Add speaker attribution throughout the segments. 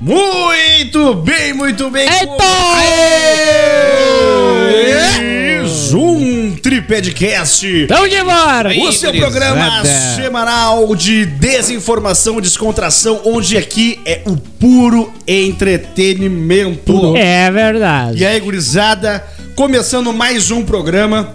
Speaker 1: Muito bem, muito bem.
Speaker 2: Eita! Tá
Speaker 1: Mais um Tripedcast.
Speaker 2: Tamo de embora!
Speaker 1: O seu programa semanal de desinformação, descontração, onde aqui é o puro entretenimento.
Speaker 2: É verdade.
Speaker 1: E aí, gurizada, começando mais um programa.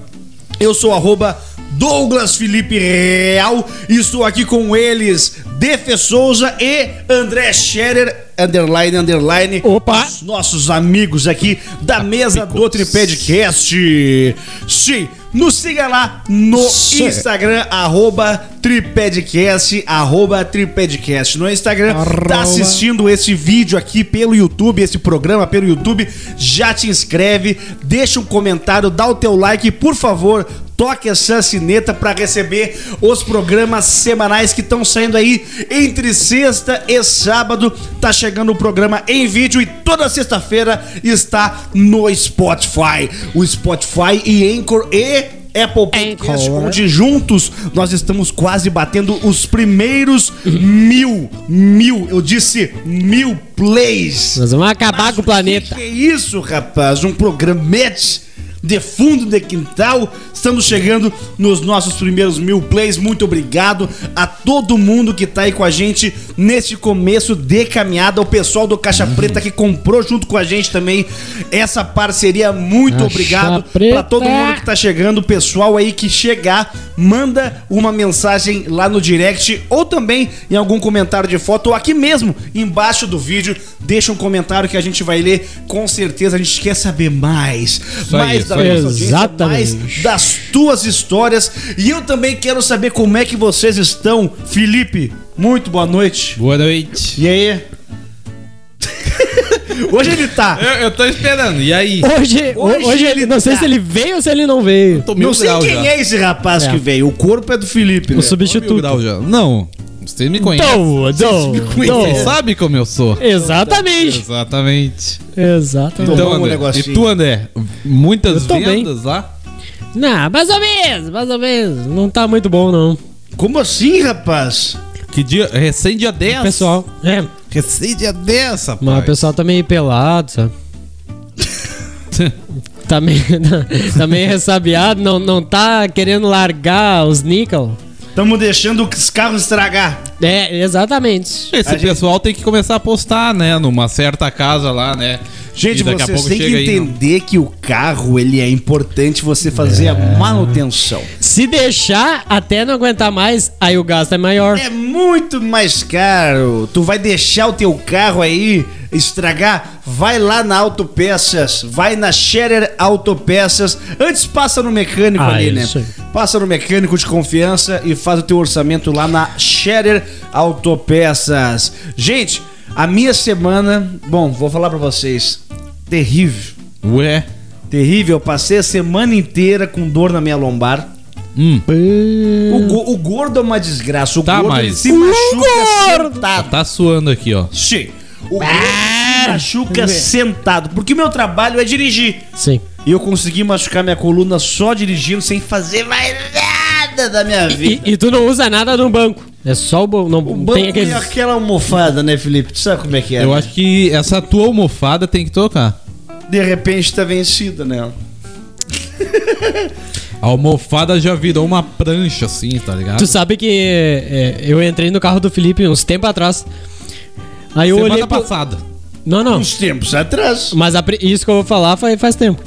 Speaker 1: Eu sou arroba Douglas Felipe Real e estou aqui com eles, Defe Souza e André Scherer, underline, underline.
Speaker 2: Opa!
Speaker 1: Os nossos amigos aqui da mesa do Tripedcast. Sim, nos siga lá no
Speaker 2: Sim.
Speaker 1: Instagram, arroba Tripedcast, arroba Tripedcast. No Instagram, tá
Speaker 2: Arroba.
Speaker 1: assistindo assistindo esse vídeo aqui pelo YouTube, esse programa pelo YouTube, já te inscreve, deixa um comentário, dá o teu like, e, por favor, toque essa sineta para receber os programas semanais que estão saindo aí entre sexta e sábado. Tá chegando o programa em vídeo e toda sexta-feira está no Spotify. O Spotify e Anchor e Apple Podcast,
Speaker 2: Anchor.
Speaker 1: onde juntos nós estamos quase batendo os primeiros mil, mil, eu disse mil plays.
Speaker 2: Nós vamos acabar com o planeta.
Speaker 1: Que, que é isso, rapaz? Um programete de fundo de quintal. Estamos chegando nos nossos primeiros mil plays. Muito obrigado a todo mundo que tá aí com a gente nesse começo de caminhada. O pessoal do Caixa
Speaker 2: Uhum.
Speaker 1: Preta que comprou junto com a gente também essa parceria. Muito
Speaker 2: Caixa
Speaker 1: obrigado para
Speaker 2: Preta.
Speaker 1: todo mundo que tá chegando. O pessoal aí que chegar, manda uma mensagem lá no direct ou também em algum comentário de foto ou aqui mesmo embaixo do vídeo. Deixa um comentário que a gente vai ler. Com certeza a gente quer saber mais.
Speaker 3: aí,
Speaker 1: mais
Speaker 3: isso
Speaker 1: da
Speaker 3: aí.
Speaker 1: nossa audiência,
Speaker 2: Exatamente.
Speaker 1: mais das tuas histórias. E eu também quero saber como é que vocês estão. Felipe, muito boa noite.
Speaker 3: Boa noite.
Speaker 1: E aí? Hoje ele tá.
Speaker 3: Eu, eu tô esperando, e aí?
Speaker 2: Hoje,
Speaker 1: Hoje
Speaker 2: hoje, hoje ele,
Speaker 1: ele
Speaker 2: não sei
Speaker 1: tá.
Speaker 2: se ele veio ou se ele não veio.
Speaker 3: Tô
Speaker 1: Não sei quem é esse rapaz
Speaker 2: É.
Speaker 1: que veio. O corpo é do Felipe, né?
Speaker 2: O substituto.
Speaker 3: grau já. Não, vocês me conhecem.
Speaker 1: Então,
Speaker 2: Dou, dou,
Speaker 3: Vocês
Speaker 2: dou.
Speaker 3: sabem como eu sou.
Speaker 2: Exatamente.
Speaker 3: Exatamente.
Speaker 2: Exatamente.
Speaker 1: Tomou um
Speaker 3: Então, André,
Speaker 1: negocinho.
Speaker 3: e tu, André? Muitas
Speaker 2: Eu tô bem.
Speaker 3: vendas lá?
Speaker 2: Não, mais ou menos, mais ou menos. Não tá muito bom, não.
Speaker 1: Como assim, rapaz?
Speaker 3: Que dia? Recém dia 10.
Speaker 2: Pessoal, é.
Speaker 3: Recém dia 10, rapaz.
Speaker 2: Mas o pessoal tá meio pelado, sabe? Tá meio, tá meio ressabiado, não, não tá querendo largar os níquel.
Speaker 1: Estamos deixando os carros estragar.
Speaker 2: É, exatamente.
Speaker 3: Esse
Speaker 1: A gente-
Speaker 3: pessoal tem que começar a postar, né? Numa certa casa lá, né?
Speaker 1: Gente,
Speaker 3: E daqui a
Speaker 1: vocês
Speaker 3: pouco
Speaker 1: têm que
Speaker 3: chega aí, não.
Speaker 1: entender que o carro ele é importante você fazer a manutenção.
Speaker 2: Se deixar até não aguentar mais, aí o gasto é maior.
Speaker 1: É muito mais caro. Tu vai deixar o teu carro aí estragar? Vai lá na Autopeças, vai na Scherer Autopeças. Antes passa no mecânico
Speaker 2: Ah,
Speaker 1: ali, né?
Speaker 2: isso aí.
Speaker 1: Passa no mecânico de confiança e faz o teu orçamento lá na Scherer Autopeças. Gente, a minha semana, bom, vou falar pra vocês, terrível.
Speaker 3: Ué.
Speaker 1: Terrível, eu passei a semana inteira com dor na minha lombar.
Speaker 3: Hum.
Speaker 1: O, go- o gordo é uma desgraça. O
Speaker 3: Tá,
Speaker 1: gordo
Speaker 3: mas-
Speaker 1: ele se machuca sentado.
Speaker 3: Tá suando aqui, ó.
Speaker 1: Sim. O gordo se machuca sentado. Porque o meu trabalho é dirigir.
Speaker 2: Sim.
Speaker 1: E eu consegui machucar minha coluna só dirigindo, sem fazer mais nada da minha vida.
Speaker 2: E, e tu não usa nada no banco. É só o banco. Não,
Speaker 1: o banco
Speaker 2: tem aqueles...
Speaker 1: é aquela almofada, né, Felipe? Tu sabe como é que é?
Speaker 3: Eu
Speaker 1: né?
Speaker 3: acho que essa tua almofada tem que tocar.
Speaker 1: De repente tá vencida, né?
Speaker 3: A almofada já virou uma prancha, assim, tá ligado?
Speaker 2: Tu sabe que é, eu entrei no carro do Felipe uns tempos atrás. Aí eu
Speaker 3: Semana
Speaker 2: olhei. pro-
Speaker 3: passada.
Speaker 2: Não, não.
Speaker 1: Uns tempos atrás.
Speaker 2: Mas a pri- isso que eu vou falar faz, faz tempo.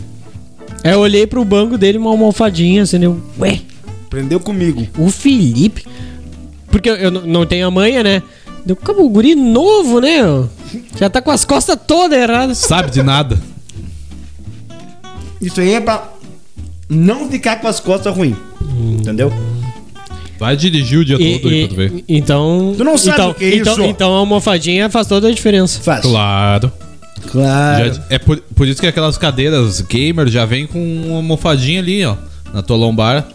Speaker 2: Aí eu olhei pro banco dele uma almofadinha, assim, eu. Ué,
Speaker 1: Prendeu comigo.
Speaker 2: o Felipe? Porque eu, eu n- não tenho a manha, né? Deu, como o guri novo, né? Já tá com as costas todas erradas.
Speaker 3: Sabe de nada.
Speaker 1: Isso aí é pra não ficar com as costas ruins. Entendeu?
Speaker 3: Vai dirigir o dia
Speaker 2: E-
Speaker 3: todo aí pra tu ver.
Speaker 2: e- então.
Speaker 1: Tu não sabe
Speaker 2: então,
Speaker 1: o que é
Speaker 2: então,
Speaker 1: isso.
Speaker 2: Então a almofadinha faz toda a diferença.
Speaker 1: Faz.
Speaker 3: Claro.
Speaker 1: Claro.
Speaker 3: Já- é por, por isso que aquelas cadeiras gamer já vem com uma almofadinha ali, ó. Na tua lombar.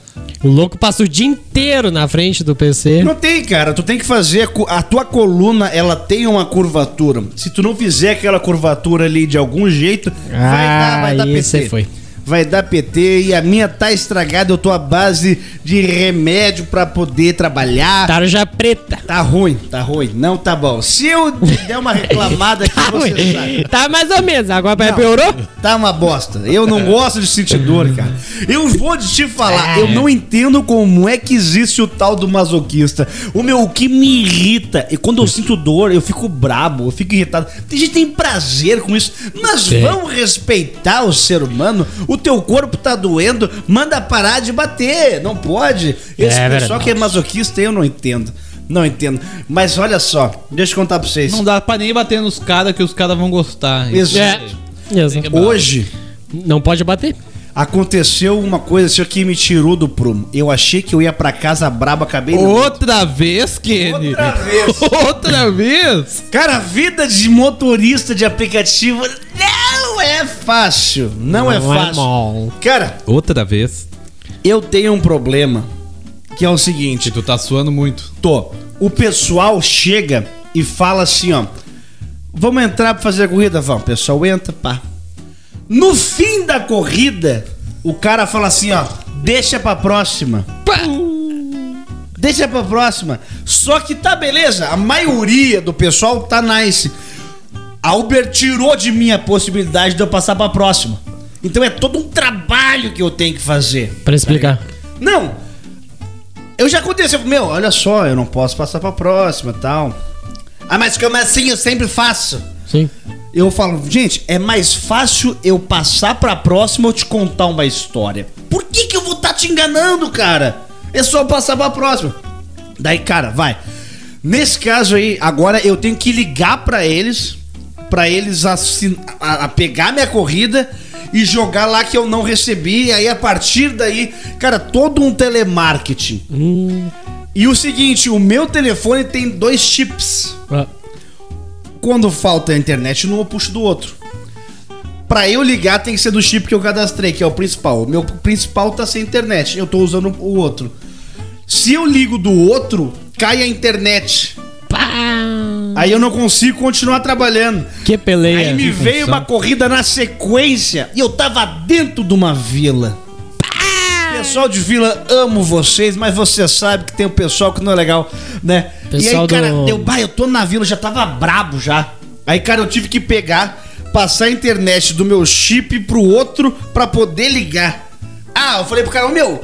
Speaker 2: O louco passa o dia inteiro na frente do PC.
Speaker 1: Não tem, cara. Tu tem que fazer. a cu- A tua coluna, ela tem uma curvatura. Se tu não fizer aquela curvatura ali de algum jeito, vai
Speaker 2: Ah,
Speaker 1: dar, vai dar
Speaker 2: aí
Speaker 1: PC.
Speaker 2: cê foi.
Speaker 1: vai dar PT e a minha tá estragada, eu tô à base de remédio pra poder trabalhar. Tá.
Speaker 2: Tarja preta.
Speaker 1: ruim, tá ruim, não tá bom. Se eu der uma reclamada aqui, você sabe.
Speaker 2: Tá mais ou menos. Agora
Speaker 1: Não.
Speaker 2: piorou?
Speaker 1: Tá uma bosta. Eu não gosto de sentir dor, cara. Eu vou te falar, eu não entendo como é que existe o tal do masoquista. O meu, o que me irrita, e quando eu sinto dor, eu fico brabo, eu fico irritado. Tem gente que tem prazer com isso, mas
Speaker 2: Sim.
Speaker 1: vão respeitar o ser humano. O teu corpo tá doendo, manda parar de bater. Não pode. Esse
Speaker 2: É
Speaker 1: pessoal
Speaker 2: verdade.
Speaker 1: que é masoquista, eu não entendo. Não entendo. Mas olha só, deixa eu contar pra vocês.
Speaker 3: Não dá pra nem bater nos caras que os caras vão gostar.
Speaker 1: Isso.
Speaker 2: É. Exato.
Speaker 1: Hoje.
Speaker 2: Não pode bater.
Speaker 1: Aconteceu uma coisa assim que me tirou do prumo. Eu achei que eu ia pra casa braba, acabei no-
Speaker 3: Outra vez, Kenny?
Speaker 1: Outra vez.
Speaker 3: Outra vez?
Speaker 1: Cara, a vida de motorista de aplicativo não é fácil. Não, é
Speaker 2: Não é
Speaker 1: fácil.
Speaker 2: mole.
Speaker 1: Cara,
Speaker 3: Outra vez?
Speaker 1: eu tenho um problema que é o
Speaker 3: Que
Speaker 1: seguinte,
Speaker 3: tu tá suando muito.
Speaker 1: tô. O pessoal chega e fala assim, ó: "Vamos entrar pra fazer a corrida, vamos". O pessoal entra, pá. No fim da corrida, o cara fala assim, ó: "Deixa pra próxima".
Speaker 2: Pá!
Speaker 1: Deixa pra próxima. Só que tá beleza, a maioria do pessoal tá nice. A Uber tirou de mim a possibilidade de eu passar pra próxima. Então é todo um trabalho que eu tenho que fazer.
Speaker 2: Pra explicar.
Speaker 1: Não! Eu já aconteceu, meu, olha só, eu não posso passar pra próxima tal. Ah, mas como assim? Eu sempre faço.
Speaker 2: Sim.
Speaker 1: Eu falo, gente, é mais fácil eu passar pra próxima ou te contar uma história. Por que que eu vou estar tá te enganando, cara? É só passar pra próxima. Daí, cara, vai. Nesse caso aí, agora eu tenho que ligar pra eles, Pra eles assin- a, a pegar minha corrida e jogar lá que eu não recebi. E aí a partir daí, cara, todo um telemarketing. E o seguinte, o meu telefone tem dois chips
Speaker 2: Ah,
Speaker 1: quando falta a internet num, eu puxo do outro. Pra eu ligar tem que ser do chip que eu cadastrei, que é o principal. O meu principal tá sem internet, eu tô usando o outro. Se eu ligo do outro, cai a internet.
Speaker 2: Pá!
Speaker 1: Aí eu não consigo continuar trabalhando.
Speaker 2: Que peleia.
Speaker 1: Aí me
Speaker 2: É, Que
Speaker 1: veio
Speaker 2: função.
Speaker 1: uma corrida na sequência e eu tava dentro de uma vila. Pessoal de vila, amo vocês, mas você sabe que tem um pessoal que não é legal, né? e
Speaker 2: Pessoal
Speaker 1: aí, cara,
Speaker 2: do-
Speaker 1: deu, bah, eu tô na vila, já tava brabo já. Aí, cara, eu tive que pegar, passar a internet do meu chip pro outro pra poder ligar. Ah, eu falei pro cara, ô, meu,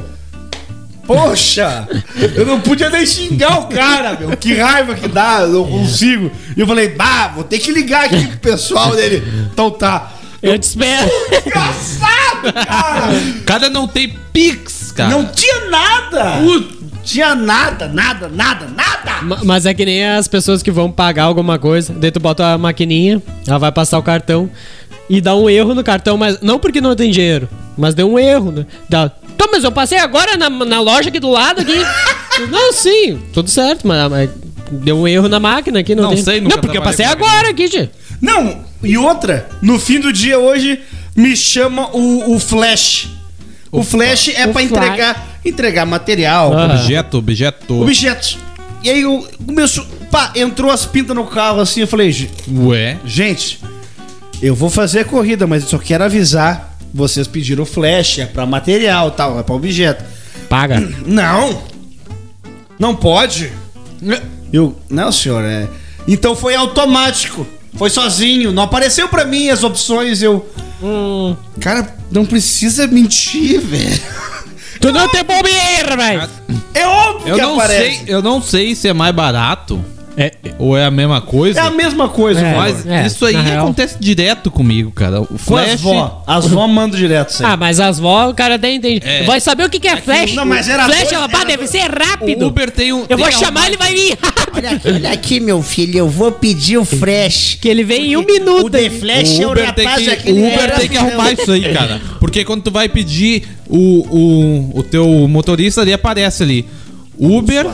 Speaker 1: Poxa, eu não podia nem xingar o cara, meu. Que raiva que dá, eu não consigo. E eu falei, bah, vou ter que ligar aqui pro pessoal dele. Então tá.
Speaker 2: Eu te espero.
Speaker 1: Engraçado, cara!
Speaker 3: O cara não tem pix, cara.
Speaker 1: Não tinha nada! Não tinha nada, nada, nada, nada!
Speaker 2: Ma- Mas é que nem as pessoas que vão pagar alguma coisa, daí tu bota a maquininha, ela vai passar o cartão e dá um erro no cartão, mas não porque não tem dinheiro, mas deu um erro, né? Dá, tá, mas eu passei agora na, na loja aqui do lado aqui. não, sim, tudo certo, mas, mas deu um erro na máquina aqui, não,
Speaker 3: Não
Speaker 2: tem.
Speaker 3: sei, nunca
Speaker 2: não, porque eu
Speaker 3: trabalhei
Speaker 2: passei
Speaker 3: com
Speaker 2: agora aqui, tia.
Speaker 1: Não, e outra, no fim do dia hoje me chama o, o Flash. O Flash é
Speaker 2: O
Speaker 1: pra
Speaker 2: Flash.
Speaker 1: entregar, entregar material,
Speaker 2: Ah.
Speaker 3: Objeto, objeto.
Speaker 1: objetos. E aí eu começo, pá, entrou as pintas no carro assim, eu falei, "Ge-
Speaker 3: Ué?
Speaker 1: Gente, eu vou fazer a corrida, mas eu só quero avisar. Vocês pediram flecha pra material, tal, é pra objeto.
Speaker 2: Paga.
Speaker 1: Não! Não pode! Eu, não, senhor, é. Então foi automático. Foi sozinho, não apareceu pra mim as opções, eu.
Speaker 2: Hum,
Speaker 1: Cara, não precisa mentir, velho.
Speaker 2: tu não tem bobeira, velho.
Speaker 1: É óbvio
Speaker 3: Eu
Speaker 1: que
Speaker 3: não
Speaker 1: aparece.
Speaker 3: sei, eu não sei se é mais barato
Speaker 2: É,
Speaker 3: ou é a mesma
Speaker 1: É
Speaker 3: coisa.
Speaker 1: a mesma coisa,
Speaker 2: É,
Speaker 1: vó.
Speaker 3: Mas
Speaker 2: é,
Speaker 3: isso aí
Speaker 2: na real.
Speaker 3: acontece direto comigo, cara. O
Speaker 1: Com as
Speaker 3: Flash.
Speaker 1: vó. As vó mandam direto isso aí.
Speaker 2: Ah, mas as vó, o cara até entende.
Speaker 3: É.
Speaker 2: Vai saber o que, que é flash.
Speaker 1: não, mas era
Speaker 2: flash,
Speaker 1: dois-
Speaker 2: ela pá,
Speaker 1: era
Speaker 2: deve
Speaker 1: dois-
Speaker 2: ser rápido.
Speaker 3: O Uber tem um.
Speaker 2: Eu vou
Speaker 3: tem
Speaker 2: chamar, ele vai vir.
Speaker 1: Olha aqui, olha aqui, meu filho, eu vou pedir o flash.
Speaker 2: que ele vem em um
Speaker 1: O
Speaker 2: minuto.
Speaker 1: The Flash
Speaker 3: O
Speaker 1: é o
Speaker 3: Uber, tem
Speaker 1: rapaz
Speaker 3: que,
Speaker 1: aquele
Speaker 3: o Uber
Speaker 1: era-
Speaker 3: tem que arrumar isso aí, cara. Porque quando tu vai pedir, o, o, o teu motorista ali aparece ali. Uber,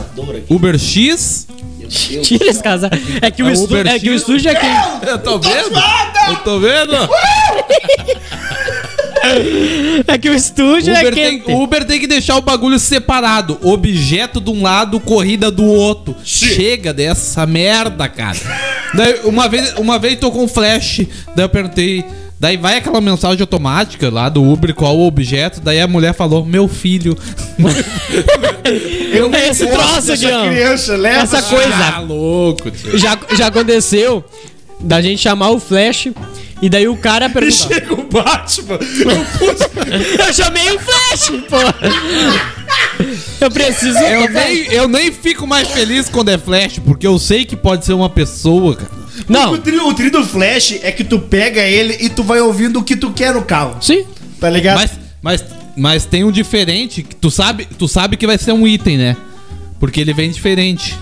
Speaker 3: Uber X.
Speaker 2: Tira esse casal. É que o,
Speaker 3: É o
Speaker 2: estu-
Speaker 3: Uber
Speaker 2: é que o
Speaker 3: X.
Speaker 2: estúdio aqui.
Speaker 3: Eu tô vendo? Eu tô vendo?
Speaker 2: É que o estúdio é
Speaker 3: Uber
Speaker 2: quente.
Speaker 3: tem, Uber tem que deixar o bagulho separado. Objeto de um lado, corrida do outro. Chega dessa merda, cara. um daí, uma vez, uma vez tô com flash, daí eu perguntei. Daí vai aquela mensagem automática lá do Uber, qual o objeto. Daí a mulher falou, meu filho.
Speaker 2: Eu tenho esse troço aqui,
Speaker 1: Essa
Speaker 2: ó.
Speaker 1: criança, leva.
Speaker 2: Essa coisa.
Speaker 3: Ah, louco, tio.
Speaker 2: Já, já aconteceu da gente chamar o Flash e daí o cara
Speaker 1: E
Speaker 2: pergunta.
Speaker 1: chega o Batman.
Speaker 2: Eu chamei o Flash, pô! Eu preciso.
Speaker 3: Eu nem, eu nem fico mais feliz quando é flash, porque eu sei que pode ser uma pessoa, cara.
Speaker 1: O
Speaker 2: Não,
Speaker 1: trio, o trio do Flash é que tu pega ele e tu vai ouvindo o que tu quer no carro.
Speaker 2: sim.
Speaker 1: Tá ligado?
Speaker 3: Mas, mas, mas tem um diferente, que tu sabe, tu sabe que vai ser um item, né? Porque ele vem diferente.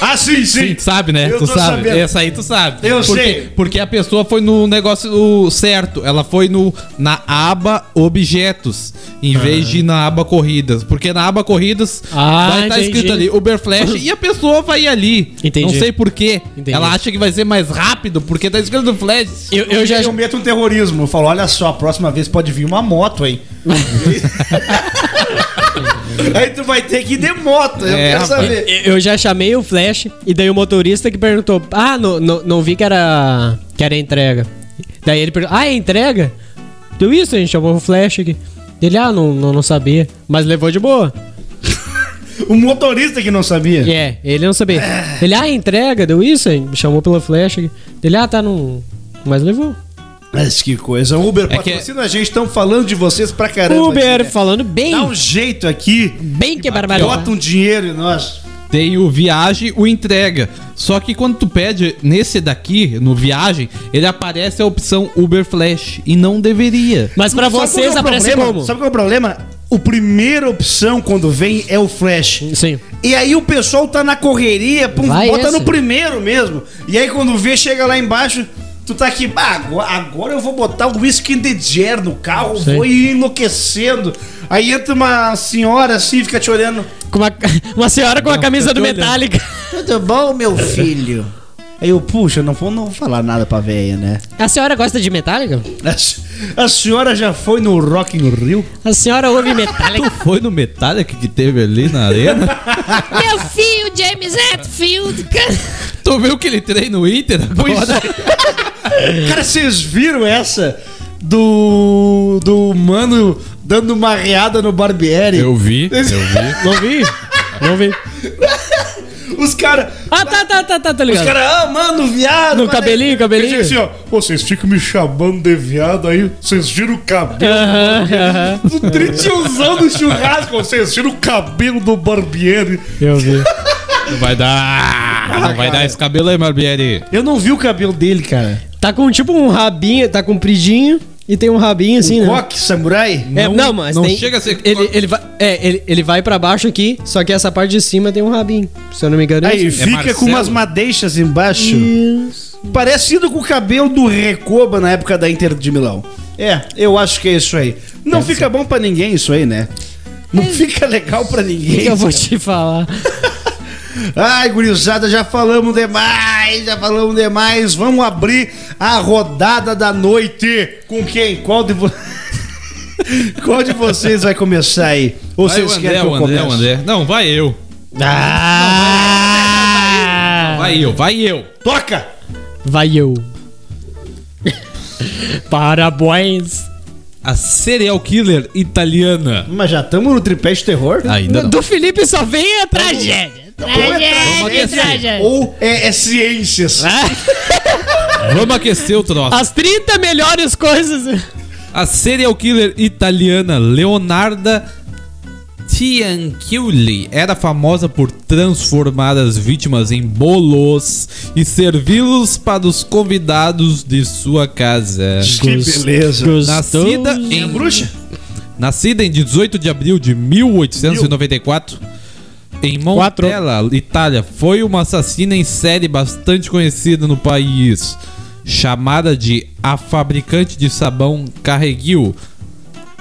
Speaker 1: Ah, sim, sim.
Speaker 3: Sim, tu sabe, né?
Speaker 1: Eu tô
Speaker 3: tu sabe.
Speaker 1: sabendo.
Speaker 3: Essa aí tu sabe.
Speaker 1: Eu
Speaker 3: porque,
Speaker 1: sei.
Speaker 3: Porque a pessoa foi no negócio certo. Ela foi no na aba objetos, em vez de na aba corridas. Porque na aba corridas
Speaker 2: Ah,
Speaker 3: vai estar
Speaker 2: entendi.
Speaker 3: escrito ali Uber Flash e a pessoa vai ir ali.
Speaker 2: Entendi.
Speaker 3: Não sei porquê.
Speaker 2: Entendi.
Speaker 3: Ela acha que vai ser mais rápido porque tá escrito Flash.
Speaker 2: Eu, eu já.
Speaker 1: Eu meto um terrorismo. Eu falo, olha só, a próxima vez pode vir uma moto, hein? Aí tu vai ter que ir de moto, eu
Speaker 3: É,
Speaker 1: quero
Speaker 3: rapaz.
Speaker 1: saber.
Speaker 2: Eu já chamei o Flash e daí o motorista que perguntou: Ah, não, não, não vi que era, que era entrega. Daí ele perguntou: Ah, é entrega? Deu isso, a gente chamou o Flash aqui. Ele, ah, não, não, não sabia. Mas levou de boa.
Speaker 1: O Um motorista que não sabia.
Speaker 2: É, ele não sabia. Ele, ah, é entrega, deu isso, a gente chamou pela Flash aqui. Ele, ah, tá, não. Mas levou.
Speaker 1: Mas que coisa. Uber,
Speaker 3: É que-
Speaker 1: patrocina a gente, estão falando de vocês pra caramba.
Speaker 2: Uber,
Speaker 1: aqui, né?
Speaker 2: falando bem.
Speaker 1: Dá um jeito aqui,
Speaker 2: Bem que é barbaridade.
Speaker 1: bota um dinheiro em nós.
Speaker 3: Tem o viagem, o entrega. Só que quando tu pede nesse daqui, no viagem, ele aparece a opção Uber Flash e não deveria.
Speaker 2: Mas pra
Speaker 1: Sabe qual é
Speaker 2: vocês
Speaker 1: o
Speaker 2: aparece
Speaker 1: problema?
Speaker 2: como?
Speaker 1: Sabe qual é o problema? O primeira opção quando vem é o flash.
Speaker 2: Sim.
Speaker 1: E aí o pessoal tá na correria, pum,
Speaker 2: Vai
Speaker 1: bota
Speaker 2: essa.
Speaker 1: no primeiro mesmo. E aí quando vê, chega lá embaixo, tu tá aqui, "Ah, agora, agora eu vou botar o whisky de Jer no carro,
Speaker 2: Sim.
Speaker 1: vou ir enlouquecendo. Aí entra uma senhora assim, fica te olhando.
Speaker 2: Com uma, uma senhora com a camisa do Metallica.
Speaker 1: Tudo bom, meu filho? Aí eu, puxa, não vou, não vou falar nada pra velha, né?
Speaker 2: A senhora gosta de Metallica?
Speaker 1: A, s- a senhora já foi no Rock in Rio?
Speaker 2: A senhora ouve Metallica.
Speaker 3: Tu foi no Metallica que teve ali na arena?
Speaker 4: Meu filho, James Hetfield.
Speaker 3: tu viu que ele treina no Inter agora?
Speaker 1: Cara, vocês viram essa do do mano dando uma reada no
Speaker 3: é.
Speaker 1: Barbieri?
Speaker 3: vi, eu vi.
Speaker 2: Não vi? Não vi.
Speaker 1: Os caras,
Speaker 2: Ah, tá, tá, tá, tá, tá
Speaker 1: os
Speaker 2: ligado.
Speaker 1: caras, ah, mano, viado.
Speaker 2: No
Speaker 1: mas é-"
Speaker 2: cabelinho, cabelinho.
Speaker 1: Ele diz assim, ó, "Pô, vocês ficam me chamando de viado aí, vocês viram o cabelo.
Speaker 2: Aham, aham.
Speaker 1: do tritiozão do churrasco, vocês viram o cabelo do Barbieri.
Speaker 2: Eu vi.
Speaker 3: Não vai dar. não vai dar esse cabelo aí, Barbieri.
Speaker 1: Eu não vi o cabelo dele, cara.
Speaker 2: Tá com tipo um rabinho, tá compridinho e tem um rabinho assim, né?
Speaker 1: Coque, samurai?
Speaker 2: É, não, mas
Speaker 3: não
Speaker 2: tem,
Speaker 3: chega a ser-
Speaker 2: ele, ele vai, é, ele, ele vai pra baixo aqui, só que essa parte de cima tem um rabinho. Se eu não me engano, é
Speaker 1: Aí
Speaker 2: isso.
Speaker 1: fica
Speaker 3: Marcelo?
Speaker 1: com umas madeixas embaixo.
Speaker 2: Isso.
Speaker 1: Parecido com o cabelo do Recoba na época da Inter de Milão. É, eu acho que é isso aí. Não fica bom pra ninguém isso aí, né? Não fica legal pra
Speaker 2: O que
Speaker 1: ninguém.
Speaker 2: eu vou te falar?
Speaker 1: Ai, gurizada, já falamos demais, já falamos demais. Vamos abrir a rodada da noite. Com quem? Qual de, vo... Qual de vocês vai começar aí? Ou
Speaker 3: Vai
Speaker 1: vocês
Speaker 3: o André,
Speaker 1: querem que eu
Speaker 3: o André, o
Speaker 1: comece?
Speaker 3: André. Não, vai eu.
Speaker 1: Ah!
Speaker 3: Vai eu, vai eu.
Speaker 1: Toca!
Speaker 2: Vai eu. Parabéns.
Speaker 3: A serial killer italiana.
Speaker 1: Mas já estamos no tripé de terror?
Speaker 3: Ainda não.
Speaker 2: Do Felipe só vem a tragédia.
Speaker 1: Ou
Speaker 4: Tragédia,
Speaker 1: é
Speaker 4: tragédia.
Speaker 1: Ou é, é ciências.
Speaker 3: Ah. Vamos aquecer o troço.
Speaker 2: As 30 melhores coisas.
Speaker 3: A serial killer italiana Leonarda Tianchiulli era famosa por transformar as vítimas em bolos e servi-los para os convidados de sua casa.
Speaker 1: Que beleza.
Speaker 3: Nascida em,
Speaker 1: Bruxa?
Speaker 3: nascida em 18 de abril de 1894 em
Speaker 2: Quatro.
Speaker 3: Montella, Itália, foi uma assassina em série bastante conhecida no país, chamada de a fabricante de sabão Carreguil.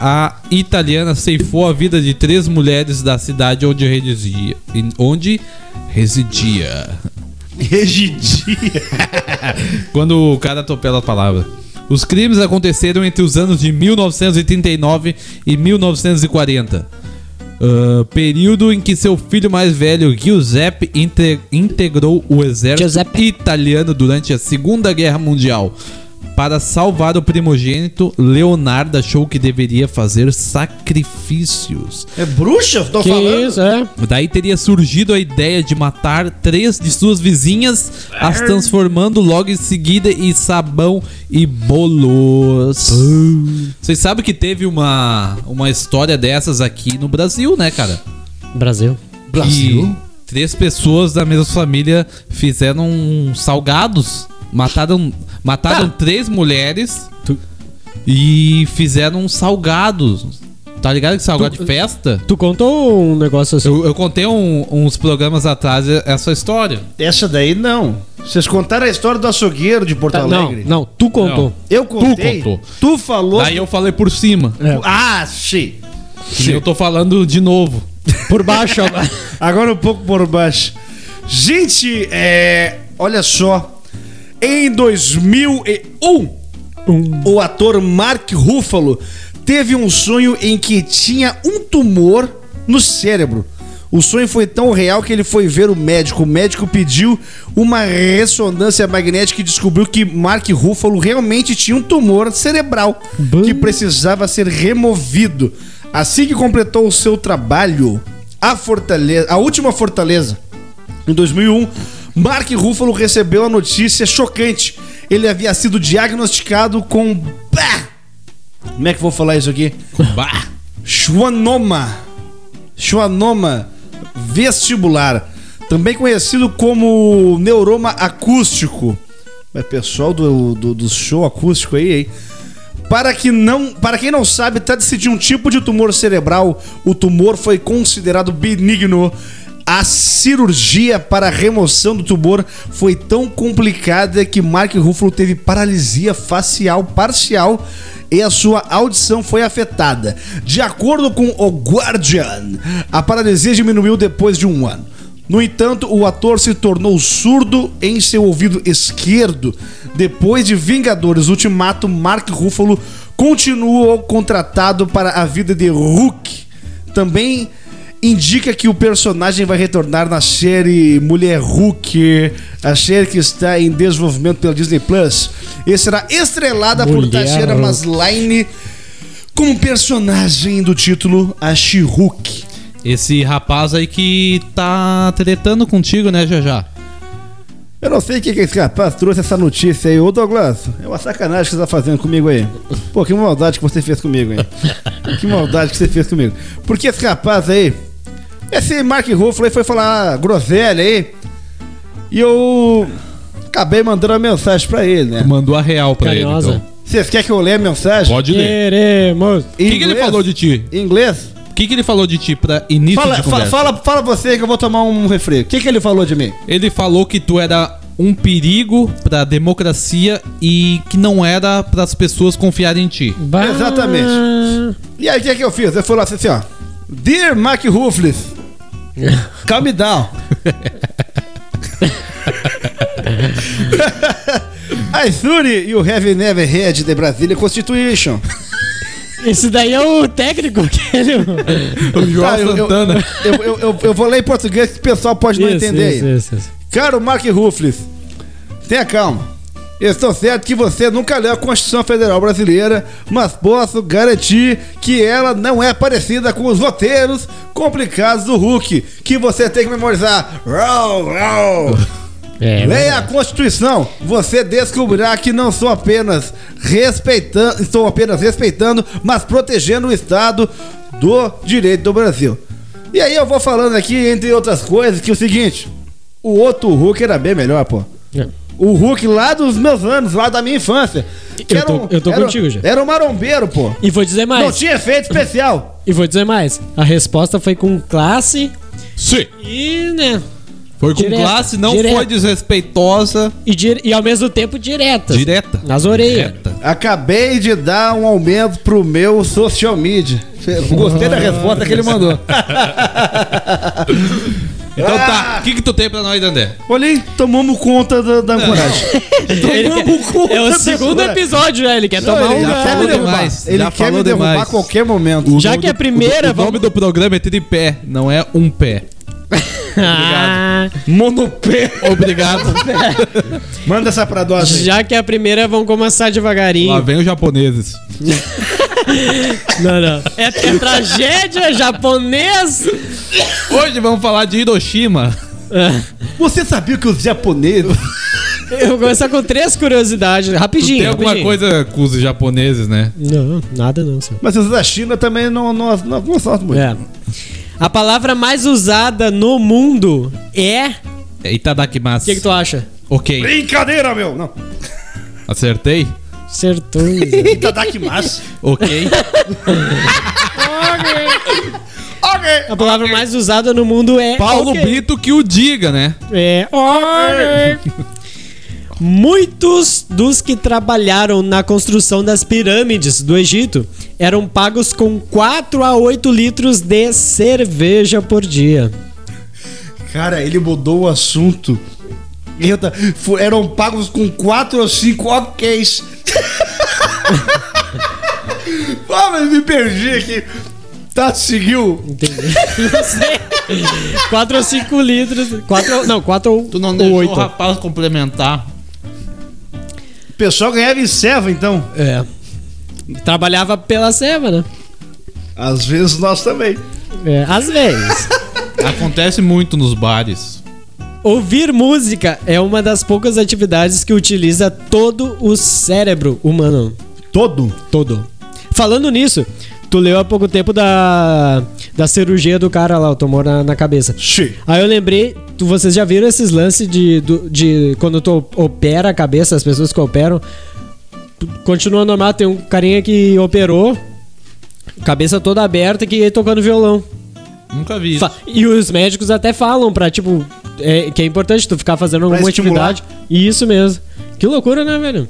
Speaker 3: A italiana ceifou a vida de três mulheres da cidade onde residia. em- Onde residia.
Speaker 1: Regidia.
Speaker 3: Quando o cara atropela a palavra. Os crimes aconteceram entre os anos de 1939 e 1940. ah, período em que seu filho mais velho, Giuseppe, inte- integrou o exército
Speaker 2: Giuseppe.
Speaker 3: italiano durante a Segunda Guerra Mundial. Para salvar o primogênito, Leonardo achou que deveria fazer sacrifícios.
Speaker 1: É bruxa? Tô
Speaker 2: Que
Speaker 1: falando.
Speaker 2: isso, é?
Speaker 3: Daí teria surgido a ideia de matar três de suas vizinhas, as transformando logo em seguida em sabão e bolos. Vocês sabem que teve uma, uma história dessas aqui no Brasil, né, cara?
Speaker 2: Brasil.
Speaker 1: Brasil?
Speaker 3: Que três pessoas da mesma família fizeram um salgados, mataram, mataram três mulheres
Speaker 2: Tá. Tu-
Speaker 3: e fizeram um salgados. Tá ligado que salgado de festa?
Speaker 2: Tu contou um negócio assim?
Speaker 3: Eu, eu contei um- uns programas atrás é, essa história.
Speaker 1: Essa daí não. Vocês contaram a história do açougueiro de Porto
Speaker 2: Tá, não,
Speaker 1: Alegre?
Speaker 2: não, tu contou.
Speaker 1: Eu contei.
Speaker 3: contou.
Speaker 1: Tu falou.
Speaker 3: Daí eu falei por cima.
Speaker 2: É.
Speaker 1: Ah, sim.
Speaker 3: E eu tô falando de novo.
Speaker 2: Por baixo.
Speaker 1: Agora um pouco por baixo. Gente, é, olha só. Em 2001, o ator Mark Ruffalo teve um sonho em que tinha um tumor no cérebro. O sonho foi tão real que ele foi ver o médico. O médico pediu uma ressonância magnética e descobriu que Mark Ruffalo realmente tinha um tumor cerebral que precisava ser removido. Assim que completou o seu trabalho, a fortaleza, a última fortaleza em 2001, Mark Ruffalo recebeu a notícia chocante. Ele havia sido diagnosticado com. Bah! Como é que eu vou falar isso aqui?
Speaker 3: Bah!
Speaker 1: Schwannoma. Schwannoma vestibular. Também conhecido como neuroma acústico. Mas pessoal do, do, do show acústico aí, hein? Para, que não, para quem não sabe, trata-se de um tipo de tumor cerebral. O tumor foi considerado benigno. A cirurgia para a remoção do tumor foi tão complicada que Mark Ruffalo teve paralisia facial parcial e a sua audição foi afetada. De acordo com o Guardian, a paralisia diminuiu depois de um ano. No entanto, o ator se tornou surdo em seu ouvido esquerdo. Depois de Vingadores Ultimato, Mark Ruffalo continuou contratado para a vida de Hulk. Também indica que o personagem vai retornar na série Mulher Hulk, a série que está em desenvolvimento pela Disney Plus, e será estrelada por
Speaker 2: Mulher
Speaker 1: Tatiana
Speaker 2: Hulk.
Speaker 1: Maslany como personagem do título A She-Hulk.
Speaker 3: Esse rapaz aí que tá tretando contigo, né, Jajá?
Speaker 1: Eu não sei o que que esse rapaz trouxe essa notícia aí. Ô Douglas, é uma sacanagem que você tá fazendo comigo aí. Pô, que maldade que você fez comigo, hein? Que maldade que você fez comigo. Porque esse rapaz aí, esse Mark Ruffalo aí foi falar groselha aí. E eu acabei mandando uma mensagem pra ele, né?
Speaker 3: Mandou a real pra
Speaker 2: Carinhosa.
Speaker 3: ele. Então.
Speaker 1: Vocês querem que eu leia a mensagem?
Speaker 3: Pode ler.
Speaker 2: Queremos.
Speaker 3: O que, que ele falou de ti?
Speaker 1: Em inglês?
Speaker 3: O que, que ele falou de ti pra início
Speaker 1: Fala,
Speaker 3: de
Speaker 1: fala,
Speaker 3: conversa?
Speaker 1: fala, fala você que eu vou tomar um refri. O que, que ele falou de mim?
Speaker 3: Ele falou que tu era um perigo pra democracia e que não era pras pessoas confiarem em ti.
Speaker 2: Bah.
Speaker 1: Exatamente. E aí, o que, que eu fiz? Eu falei assim, ó. Dear Mark Ruffles, calm down. I Suri you have never read the Brazilian Constitution.
Speaker 2: Esse daí é o técnico que ele...
Speaker 3: O João
Speaker 1: Tá, eu, eu,
Speaker 3: Santana.
Speaker 1: eu, eu, eu- eu vou ler em português que o pessoal pode não
Speaker 2: Isso,
Speaker 1: entender.
Speaker 2: isso,
Speaker 1: aí.
Speaker 2: isso, isso.
Speaker 1: Caro Mark Ruffles, tenha calma. Estou certo que você nunca leu a Constituição Federal Brasileira, mas posso garantir que ela não é parecida com os roteiros complicados do Hulk, que você tem que memorizar. Rau, rau.
Speaker 2: É,
Speaker 1: Leia a Constituição. Você descobrirá que não sou apenas respeitando, estou apenas respeitando, mas protegendo o Estado do direito do Brasil. E aí eu vou falando aqui entre outras coisas que é o seguinte, o outro Hulk era bem melhor, pô.
Speaker 2: né?
Speaker 1: O Hulk lá dos meus anos, lá da minha infância. que
Speaker 2: Eu
Speaker 1: era
Speaker 2: tô- eu tô
Speaker 1: era um-
Speaker 2: contigo já.
Speaker 1: Era um marombeiro, pô.
Speaker 2: E vou dizer
Speaker 1: Não
Speaker 2: mais.
Speaker 1: tinha efeito especial.
Speaker 2: E vou dizer mais. A resposta foi com classe
Speaker 3: Sim.
Speaker 2: e, né?
Speaker 3: Foi com
Speaker 2: Direto,
Speaker 3: classe, não
Speaker 2: direto.
Speaker 3: foi desrespeitosa.
Speaker 2: E, dire- e ao mesmo tempo direta.
Speaker 3: Direta.
Speaker 2: Nas orelhas.
Speaker 3: Direta.
Speaker 1: Acabei de dar um aumento pro meu social media. Gostei da resposta que ele mandou.
Speaker 3: Então tá, o que, que tu tem pra nós, André?
Speaker 1: Olha aí, tomamos conta da, da ancoragem.
Speaker 2: Ele
Speaker 1: Tomamos conta
Speaker 2: quer- É o
Speaker 1: da
Speaker 2: segundo
Speaker 1: ancoragem.
Speaker 2: episódio, né? Ele quer
Speaker 1: né, Não,
Speaker 2: tomar
Speaker 1: ele
Speaker 2: um.
Speaker 1: já quer me
Speaker 3: falou
Speaker 1: derrubar.
Speaker 3: demais,
Speaker 1: Ele
Speaker 3: já
Speaker 1: quer me
Speaker 3: falou
Speaker 1: derrubar
Speaker 3: demais.
Speaker 1: a qualquer momento.
Speaker 2: Já que é a primeira,
Speaker 3: O nome
Speaker 2: vamos.
Speaker 3: do programa é Tripé, não é um pé.
Speaker 2: Ah,
Speaker 1: Monopé.
Speaker 3: Obrigado.
Speaker 1: Manda essa pra nós aí.
Speaker 2: já que é a primeira, vamos começar
Speaker 3: Lá
Speaker 2: devagarinho.
Speaker 3: vem os japoneses.
Speaker 2: Não, não. É, é tragédia japonês.
Speaker 3: Hoje vamos falar de Hiroshima.
Speaker 1: Você sabia que os japoneses...
Speaker 2: É. Eu vou começar com três curiosidades. Rapidinho.
Speaker 3: Tem alguma
Speaker 2: rapidinho.
Speaker 3: coisa com os japoneses, né?
Speaker 2: Não, nada não, senhor.
Speaker 1: Mas os da China também não, não, não gostamos muito.
Speaker 2: É. A palavra mais usada no mundo é. O
Speaker 3: É Itadakimasu.
Speaker 2: que, que tu acha?
Speaker 3: Ok,
Speaker 1: Brincadeira, meu! Não.
Speaker 3: acertei?
Speaker 2: Acertou.
Speaker 1: Itadakimasu.
Speaker 3: Ok.
Speaker 1: ok.
Speaker 2: A palavra mais usada no mundo é.
Speaker 3: Paulo
Speaker 2: ok.
Speaker 3: Brito que o diga, né?
Speaker 2: É. Muitos dos que trabalharam na construção das pirâmides do Egito eram pagos com 4 a 8 litros de cerveja por dia.
Speaker 1: Cara, ele mudou o assunto. Eu ta- fo- eram pagos com 4 ou 5 OKs. Pô, Ah, mas me perdi aqui. Tá, seguiu.
Speaker 2: Entendi. Não sei. 4 ou 5 litros. 4, não, 4 ou
Speaker 5: Tu não
Speaker 2: ou
Speaker 5: deixou o
Speaker 2: 8.
Speaker 5: rapaz complementar.
Speaker 1: O pessoal ganhava em serva, então.
Speaker 2: É. Trabalhava pela ceva, né?
Speaker 1: Às vezes nós também.
Speaker 2: É, às vezes.
Speaker 5: Acontece muito nos bares.
Speaker 2: Ouvir música é uma das poucas atividades que utiliza todo o cérebro humano.
Speaker 1: Todo?
Speaker 2: Todo. Falando nisso, tu leu há pouco tempo da, da cirurgia do cara lá, o tumor na, na cabeça.
Speaker 1: Sim.
Speaker 2: Aí eu lembrei, tu, vocês já viram esses lances de, do- de quando tu opera a cabeça, as pessoas que operam. tu- Continua normal, tem um carinha que operou, cabeça toda aberta que ia tocando violão.
Speaker 5: Nunca vi.
Speaker 2: Fa- E os médicos até falam pra, tipo, é- que é importante tu ficar fazendo alguma
Speaker 1: estimular.
Speaker 2: atividade. E isso mesmo. Que loucura, né, velho?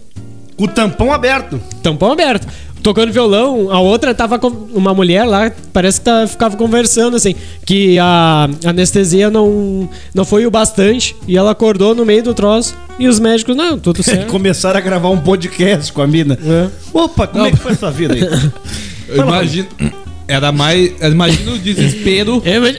Speaker 1: Com o tampão aberto.
Speaker 2: Tampão aberto. Tocando violão, a outra tava com uma mulher lá, parece que tá- ficava conversando assim, que a anestesia não, não foi o bastante e ela acordou no meio do troço e os médicos, não, tudo
Speaker 1: E
Speaker 2: certo.
Speaker 1: começaram a gravar um podcast com a mina.
Speaker 2: É.
Speaker 1: Opa, como é que foi a sua vida aí?
Speaker 3: Eu imagino. Era mais. Imagina o desespero.
Speaker 2: É, mas-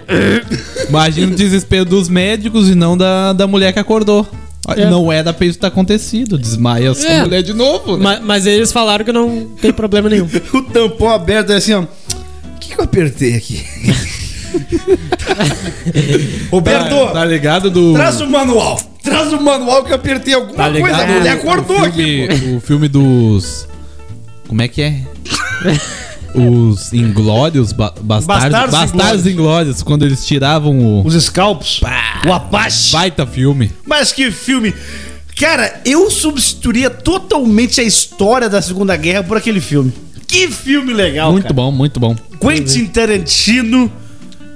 Speaker 3: Imagina o um desespero dos médicos e não da, da mulher que acordou. Ah,
Speaker 2: É.
Speaker 3: Não era pra isso ter tá acontecido. Desmaia essa
Speaker 2: É.
Speaker 3: mulher de novo. né?
Speaker 2: ma- mas eles falaram que não tem problema nenhum.
Speaker 1: o tampão aberto é assim, ó. O que, que eu apertei aqui? Roberto,
Speaker 3: Tá, tá ligado do.
Speaker 1: traz o manual. Traz o manual que eu apertei alguma
Speaker 3: tá
Speaker 1: coisa. A
Speaker 3: ligado
Speaker 1: mulher
Speaker 2: um
Speaker 1: acordou
Speaker 3: o
Speaker 1: aqui.
Speaker 3: filme, O filme dos. Como é que é? Os Inglórios, ba bastardos,
Speaker 1: Bastardos
Speaker 3: bastardos, inglórios. quando eles tiravam o.
Speaker 1: Os scalps. O Apache.
Speaker 3: Baita filme.
Speaker 1: Mas que filme. Cara, eu substituiria totalmente a história da Segunda Guerra por aquele filme. Que filme legal,
Speaker 3: muito
Speaker 1: cara.
Speaker 3: bom, muito bom.
Speaker 1: Quentin Tarantino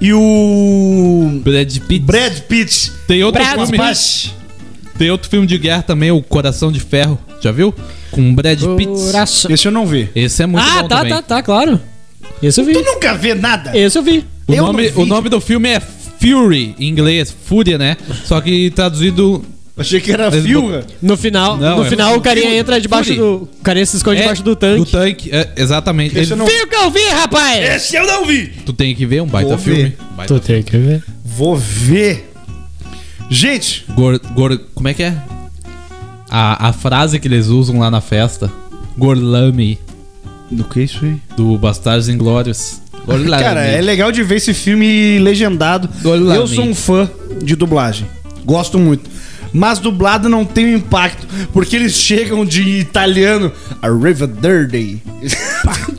Speaker 1: e o
Speaker 3: Brad Pitt.
Speaker 1: Brad Pitt.
Speaker 3: Tem outro
Speaker 1: Brad
Speaker 3: filme.
Speaker 1: Apache.
Speaker 3: Tem outro filme de guerra também, o Coração de Ferro. Já viu? Com Brad Pitt.
Speaker 2: Coração.
Speaker 1: Esse eu não vi.
Speaker 3: Esse é muito
Speaker 2: Ah,
Speaker 3: bom
Speaker 2: tá,
Speaker 3: também.
Speaker 2: tá, tá, claro. Esse eu vi.
Speaker 1: Tu nunca vê nada.
Speaker 2: Esse eu vi.
Speaker 3: O
Speaker 1: Eu
Speaker 3: nome,
Speaker 1: não vi.
Speaker 3: o nome do filme é Fury, em inglês, Fúria, né? Só que traduzido.
Speaker 1: Achei que era
Speaker 3: Mas
Speaker 1: filha.
Speaker 2: No final,
Speaker 3: Não,
Speaker 2: no
Speaker 3: é-
Speaker 2: final o carinha entra debaixo
Speaker 3: Fui.
Speaker 2: do. O carinha se esconde
Speaker 3: é,
Speaker 2: debaixo do tanque.
Speaker 3: Do tanque, é, exatamente.
Speaker 1: Esse
Speaker 3: Ele-
Speaker 1: eu não-
Speaker 2: Viu que eu vi, rapaz?
Speaker 1: Esse eu não vi.
Speaker 3: Tu tem que ver um baita
Speaker 1: Vou
Speaker 3: filme.
Speaker 1: ver.
Speaker 3: Baita
Speaker 2: tem que ver.
Speaker 1: Vou ver. Gente,
Speaker 3: Gor, gor, como é que é? A, a frase que eles usam lá na festa: Gorlame,
Speaker 1: do que isso aí?
Speaker 3: do Bastardos Inglórios. Gorlame.
Speaker 1: Cara, é legal de ver esse filme legendado.
Speaker 3: Olá,
Speaker 1: Eu sou um
Speaker 3: amigo.
Speaker 1: fã de dublagem. Gosto muito. Mas dublado não tem o impacto, porque eles chegam de italiano. Arrivederci.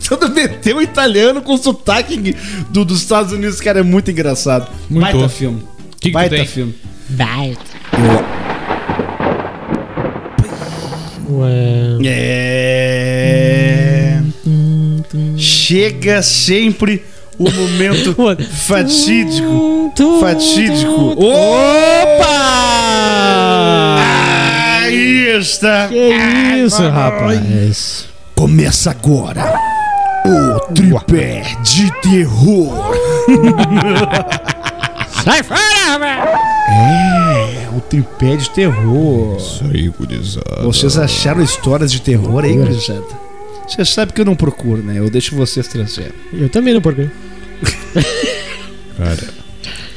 Speaker 1: Todo meteu italiano com sotaque do, dos Estados Unidos, cara, é muito engraçado.
Speaker 3: Muito.
Speaker 1: Baita filme.
Speaker 3: Que que
Speaker 1: Baita
Speaker 3: tu tem?
Speaker 1: filme.
Speaker 4: Vai.
Speaker 2: Ué.
Speaker 1: É. Chega sempre o momento fatídico. Fatídico.
Speaker 2: Opa!
Speaker 1: Aí está.
Speaker 2: Que isso, rapaz?
Speaker 1: Começa agora o tripé de terror.
Speaker 2: Sai fora, rapaz!
Speaker 1: É, o tripé de terror. Isso aí, gurizada. Vocês acharam histórias de terror aí, gurizada? Você sabe que eu não procuro, né? Eu deixo vocês trazerem.
Speaker 2: Eu também não porquê.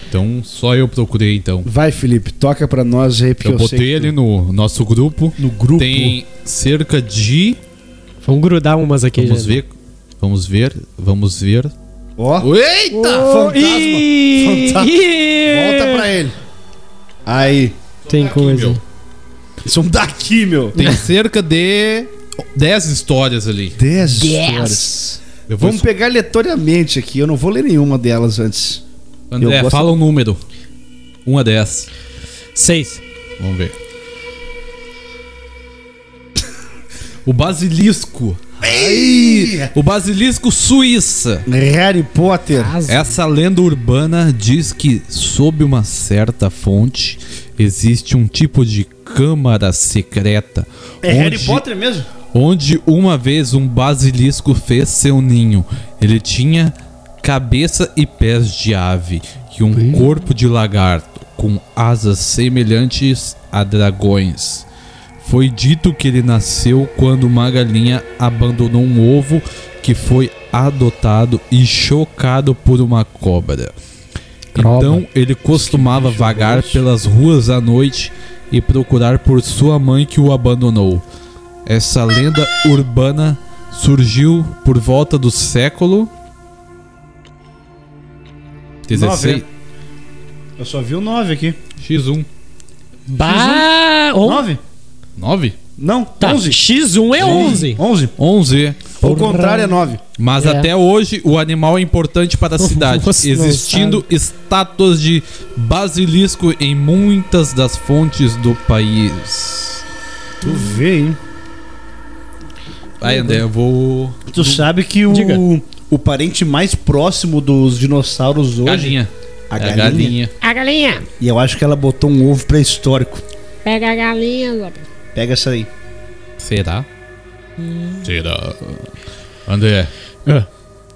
Speaker 3: Então só eu procurei, então.
Speaker 5: Vai, Felipe, toca pra nós aí, porque
Speaker 3: Eu,
Speaker 5: eu, sei
Speaker 3: botei
Speaker 5: que tu-
Speaker 3: ali no nosso grupo.
Speaker 5: no grupo.
Speaker 3: Tem cerca de.
Speaker 2: Vamos grudar umas aqui.
Speaker 3: Vamos
Speaker 2: já.
Speaker 3: ver. Vamos ver. Vamos ver.
Speaker 5: Ó, Tá,
Speaker 6: Eita!
Speaker 5: fantasma.
Speaker 2: Ih,
Speaker 5: Fantasma.
Speaker 2: ih.
Speaker 5: Volta pra ele. Aí.
Speaker 2: Tem coisa.
Speaker 3: meu.
Speaker 5: São daqui, meu.
Speaker 3: Tem cerca de 10 histórias ali.
Speaker 5: 10
Speaker 4: Yes.
Speaker 5: histórias.
Speaker 3: Eu vou
Speaker 5: Vamos
Speaker 3: esco-
Speaker 5: pegar aleatoriamente aqui. Eu não vou ler nenhuma delas antes.
Speaker 3: André,
Speaker 5: eu gosto-
Speaker 3: fala um número. 1 a 10.
Speaker 2: Seis.
Speaker 3: Vamos ver. O basilisco.
Speaker 5: Ei!
Speaker 3: O basilisco suíça.
Speaker 5: Harry Potter.
Speaker 2: É.
Speaker 3: Essa lenda urbana diz que, sob uma certa fonte, existe um tipo de câmara secreta.
Speaker 1: é
Speaker 3: onde-
Speaker 5: mesmo?
Speaker 3: onde uma vez um basilisco fez seu ninho. Ele tinha cabeça e pés de ave e um corpo de lagarto com asas semelhantes a dragões. Foi dito que ele nasceu quando uma galinha abandonou um ovo que foi adotado e chocado por uma cobra. Então ele costumava vagar pelas ruas à noite e procurar por sua mãe que o abandonou. Essa lenda urbana surgiu por volta do século 16
Speaker 5: Eu só vi o 9 aqui.
Speaker 3: X1
Speaker 2: Bah, on...
Speaker 5: 9?
Speaker 3: 9
Speaker 5: Não,
Speaker 2: Um? tá.
Speaker 5: 11.
Speaker 2: X1 é 11.
Speaker 5: 11.
Speaker 3: 11
Speaker 5: Ao contrário é 9.
Speaker 3: Mas
Speaker 2: É.
Speaker 3: até hoje o animal é importante para a cidade,
Speaker 2: Nossa, não
Speaker 3: existindo estátuas de basilisco em muitas das fontes do país.
Speaker 5: Tu vê, hein?
Speaker 3: Vai, André, eu vou
Speaker 5: Tu sabe que o,
Speaker 2: Diga.
Speaker 5: o parente mais próximo dos dinossauros hoje.
Speaker 3: galinha.
Speaker 5: A
Speaker 3: É
Speaker 5: galinha.
Speaker 4: A galinha.
Speaker 5: E eu acho que ela botou um ovo pré-histórico.
Speaker 4: Pega a galinha, Zop.
Speaker 5: Pega essa aí.
Speaker 3: Será? Será? André,
Speaker 2: Ah,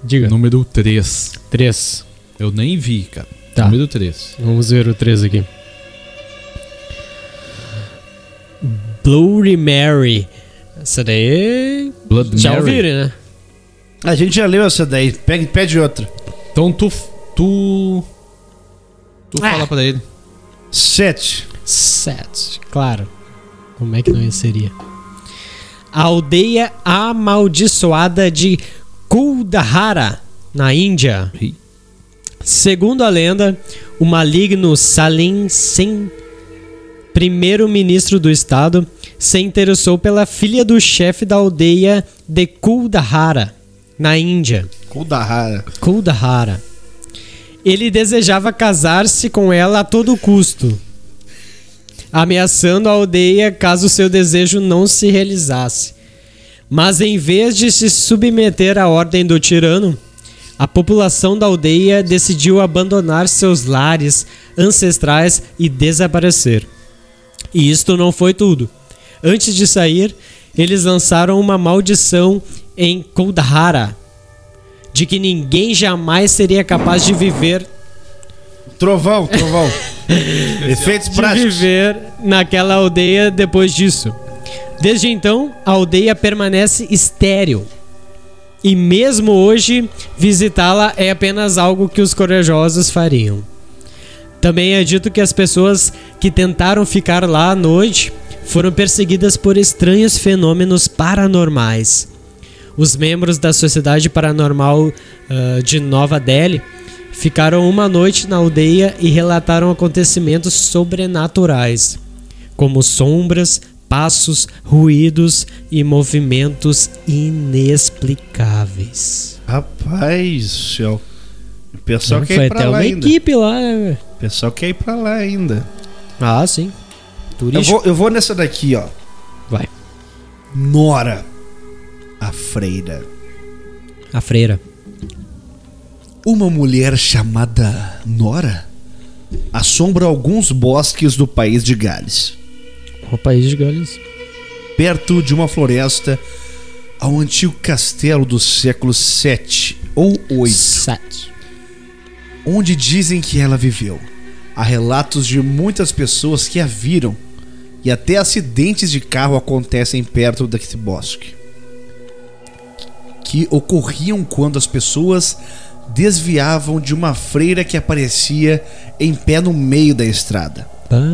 Speaker 2: diga.
Speaker 3: número 3.
Speaker 2: Três.
Speaker 3: Eu nem vi, cara.
Speaker 2: Tá.
Speaker 3: Número 3.
Speaker 2: Vamos ver o 3 aqui. Bloody Mary. Essa daí.
Speaker 3: Blood
Speaker 2: Já
Speaker 3: Mary.
Speaker 2: ouviram, né?
Speaker 5: A gente já leu essa daí. Pega, pede outra.
Speaker 3: Então tu. Tu. Tu
Speaker 4: Ah.
Speaker 3: fala pra ele.
Speaker 5: 7.
Speaker 2: Sete. Claro. Como é que não seria? A aldeia amaldiçoada de Kuldahara, na Índia.
Speaker 3: Ih.
Speaker 2: Segundo a lenda, o maligno Salim Sen, primeiro-ministro do estado, se interessou pela filha do chefe da aldeia de Kuldahara, na Índia.
Speaker 5: Kuldahara.
Speaker 2: Kuldahara. Ele desejava casar-se com ela a todo custo, ameaçando a aldeia caso seu desejo não se realizasse. Mas em vez de se submeter à ordem do tirano, a população da aldeia decidiu abandonar seus lares ancestrais e desaparecer. E isto não foi tudo. Antes de sair, eles lançaram uma maldição em Kuldahara, de que ninguém jamais seria capaz de viver
Speaker 5: Trovão, trovão. Efeitos
Speaker 2: de
Speaker 5: práticos.
Speaker 2: viver naquela aldeia depois disso. Desde então, a aldeia permanece estéril. E mesmo hoje, visitá-la é apenas algo que os corajosos fariam. Também é dito que as pessoas que tentaram ficar lá à noite foram perseguidas por estranhos fenômenos paranormais. Os membros da Sociedade Paranormal ah, de Nova Delhi ficaram uma noite na aldeia e relataram acontecimentos sobrenaturais, como sombras, passos, ruídos e movimentos inexplicáveis. Então
Speaker 5: Rapaz, do céu. O pessoal quer
Speaker 2: Foi até
Speaker 5: ir é pra
Speaker 2: uma
Speaker 5: lá ainda.
Speaker 2: equipe lá, né? velho?
Speaker 5: O pessoal quer ir pra lá ainda.
Speaker 2: Ah, sim.
Speaker 5: Eu
Speaker 2: Turístico.
Speaker 5: vou, eu vou nessa daqui, ó.
Speaker 2: Vai.
Speaker 5: Nora. A freira.
Speaker 2: A freira.
Speaker 5: Uma mulher chamada Nora assombra alguns bosques do país de Gales.
Speaker 2: O país de Gales.
Speaker 5: perto de uma floresta ao antigo castelo do século 7 ou 8,
Speaker 2: Sete.
Speaker 5: onde dizem que ela viveu. Há relatos de muitas pessoas que a viram e até acidentes de carro acontecem perto desse bosque que ocorriam quando as pessoas desviavam de uma freira que aparecia em pé no meio da estrada.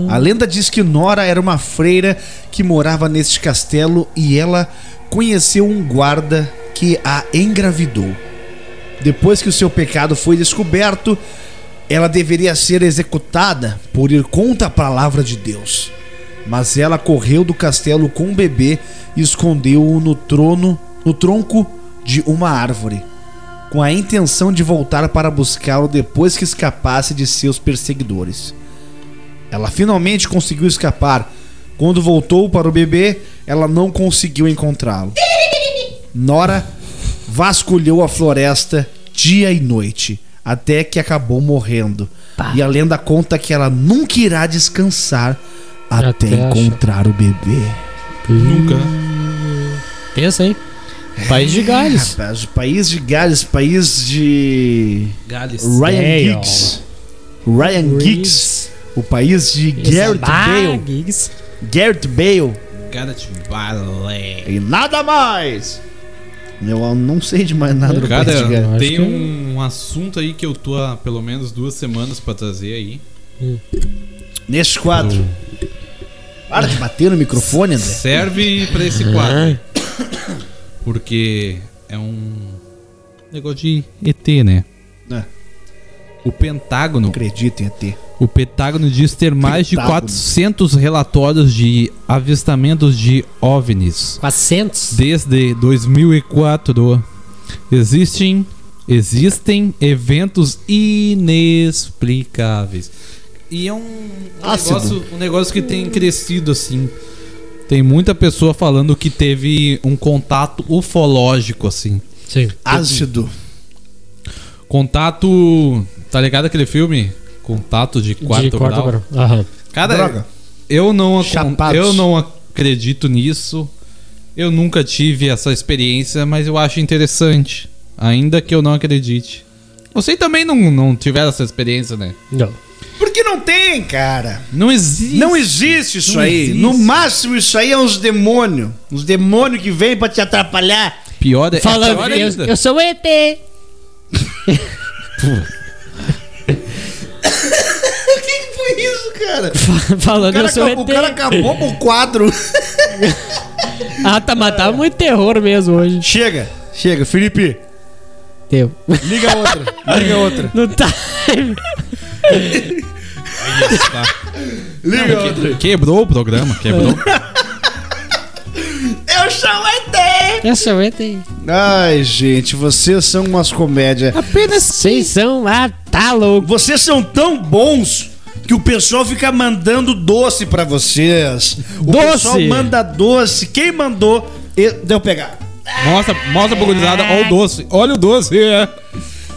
Speaker 5: A lenda diz que Nora era uma freira que morava neste castelo e ela conheceu um guarda que a engravidou. Depois que o seu pecado foi descoberto, ela deveria ser executada por ir contra a palavra de Deus. Mas ela correu do castelo com o bebê e escondeu-o no trono, no tronco de uma árvore, com a intenção de voltar para buscá-lo depois que escapasse de seus perseguidores. Ela finalmente conseguiu escapar. Quando voltou para o bebê, ela não conseguiu encontrá-lo. Nora vasculhou a floresta dia e noite, até que acabou morrendo. E a lenda conta que ela nunca irá descansar até,
Speaker 2: Até achar.
Speaker 5: encontrar o bebê.
Speaker 3: Nunca.
Speaker 2: Pensa, hein? País de Gales.
Speaker 5: Rapaz, o país de Gales, país de.
Speaker 3: Gales.
Speaker 5: Ryan
Speaker 2: Dale.
Speaker 5: Giggs. Ryan Giggs. O país de Garrett Bale.
Speaker 2: Gales.
Speaker 5: Garrett Bale.
Speaker 3: Gareth Bale.
Speaker 5: E nada mais! Eu não sei de mais nada do
Speaker 3: Cara,
Speaker 5: país de Gales.
Speaker 2: acho
Speaker 3: tem
Speaker 2: que-
Speaker 3: um assunto aí que eu tô há pelo menos duas semanas pra trazer aí.
Speaker 5: Neste quadro. Para de bater no microfone,
Speaker 2: É.
Speaker 5: André.
Speaker 3: Serve pra esse quadro. Porque é um negócio de ET, né?
Speaker 5: É.
Speaker 3: O Pentágono.
Speaker 5: Acredito em ET.
Speaker 3: O Pentágono diz ter mais de
Speaker 5: Pentágono.
Speaker 3: 400 relatórios de avistamentos de OVNIs.
Speaker 2: 400.
Speaker 3: Desde 2004, existem, existem eventos inexplicáveis. E é um
Speaker 5: Ácido.
Speaker 3: negócio, um negócio que tem crescido assim. Tem muita pessoa falando que teve um contato ufológico, assim.
Speaker 2: Sim.
Speaker 5: Ácido.
Speaker 3: Contato. Tá ligado aquele filme? Contato de quarto,
Speaker 2: de quarto
Speaker 3: grau.
Speaker 2: grau. Aham.
Speaker 3: Cara,
Speaker 5: Droga.
Speaker 3: eu não, acon-
Speaker 5: Chapados.
Speaker 3: eu não acredito nisso. Eu nunca tive essa experiência, mas eu acho interessante. Ainda que eu não acredite. Você também não, não tiveram essa experiência, né?
Speaker 2: Não.
Speaker 5: Porque não tem, cara.
Speaker 3: Não existe.
Speaker 5: Não existe isso
Speaker 3: Não
Speaker 5: aí.
Speaker 3: existe.
Speaker 5: No máximo, isso aí é uns demônios. Uns demônios que vêm pra te atrapalhar.
Speaker 3: Pior é.
Speaker 2: Falando,
Speaker 3: pior
Speaker 2: eu,
Speaker 3: ainda.
Speaker 2: eu sou o ET.
Speaker 5: O que que foi isso, cara? O
Speaker 2: Falando,
Speaker 5: cara,
Speaker 2: eu sou o
Speaker 5: acabou,
Speaker 2: ET.
Speaker 5: o cara acabou com o quadro.
Speaker 2: Ah, tá, mas tá muito terror mesmo hoje.
Speaker 5: Chega, chega. Felipe,
Speaker 2: Teu.
Speaker 5: liga outra. liga outra.
Speaker 2: Não tá.
Speaker 5: Liga outra.
Speaker 3: Quebrou o programa, quebrou.
Speaker 5: Eu sou o ET.
Speaker 2: Eu sou o ET.
Speaker 5: Ai, gente, vocês são umas comédias.
Speaker 2: Vocês são. Ah, tá louco.
Speaker 5: Vocês são tão bons que o pessoal fica mandando doce pra vocês. O
Speaker 2: Doce?
Speaker 5: pessoal manda doce. Quem mandou? e- Deu pegar.
Speaker 3: mostra, mostra pra gurizada. Olha o doce. Olha o doce. É.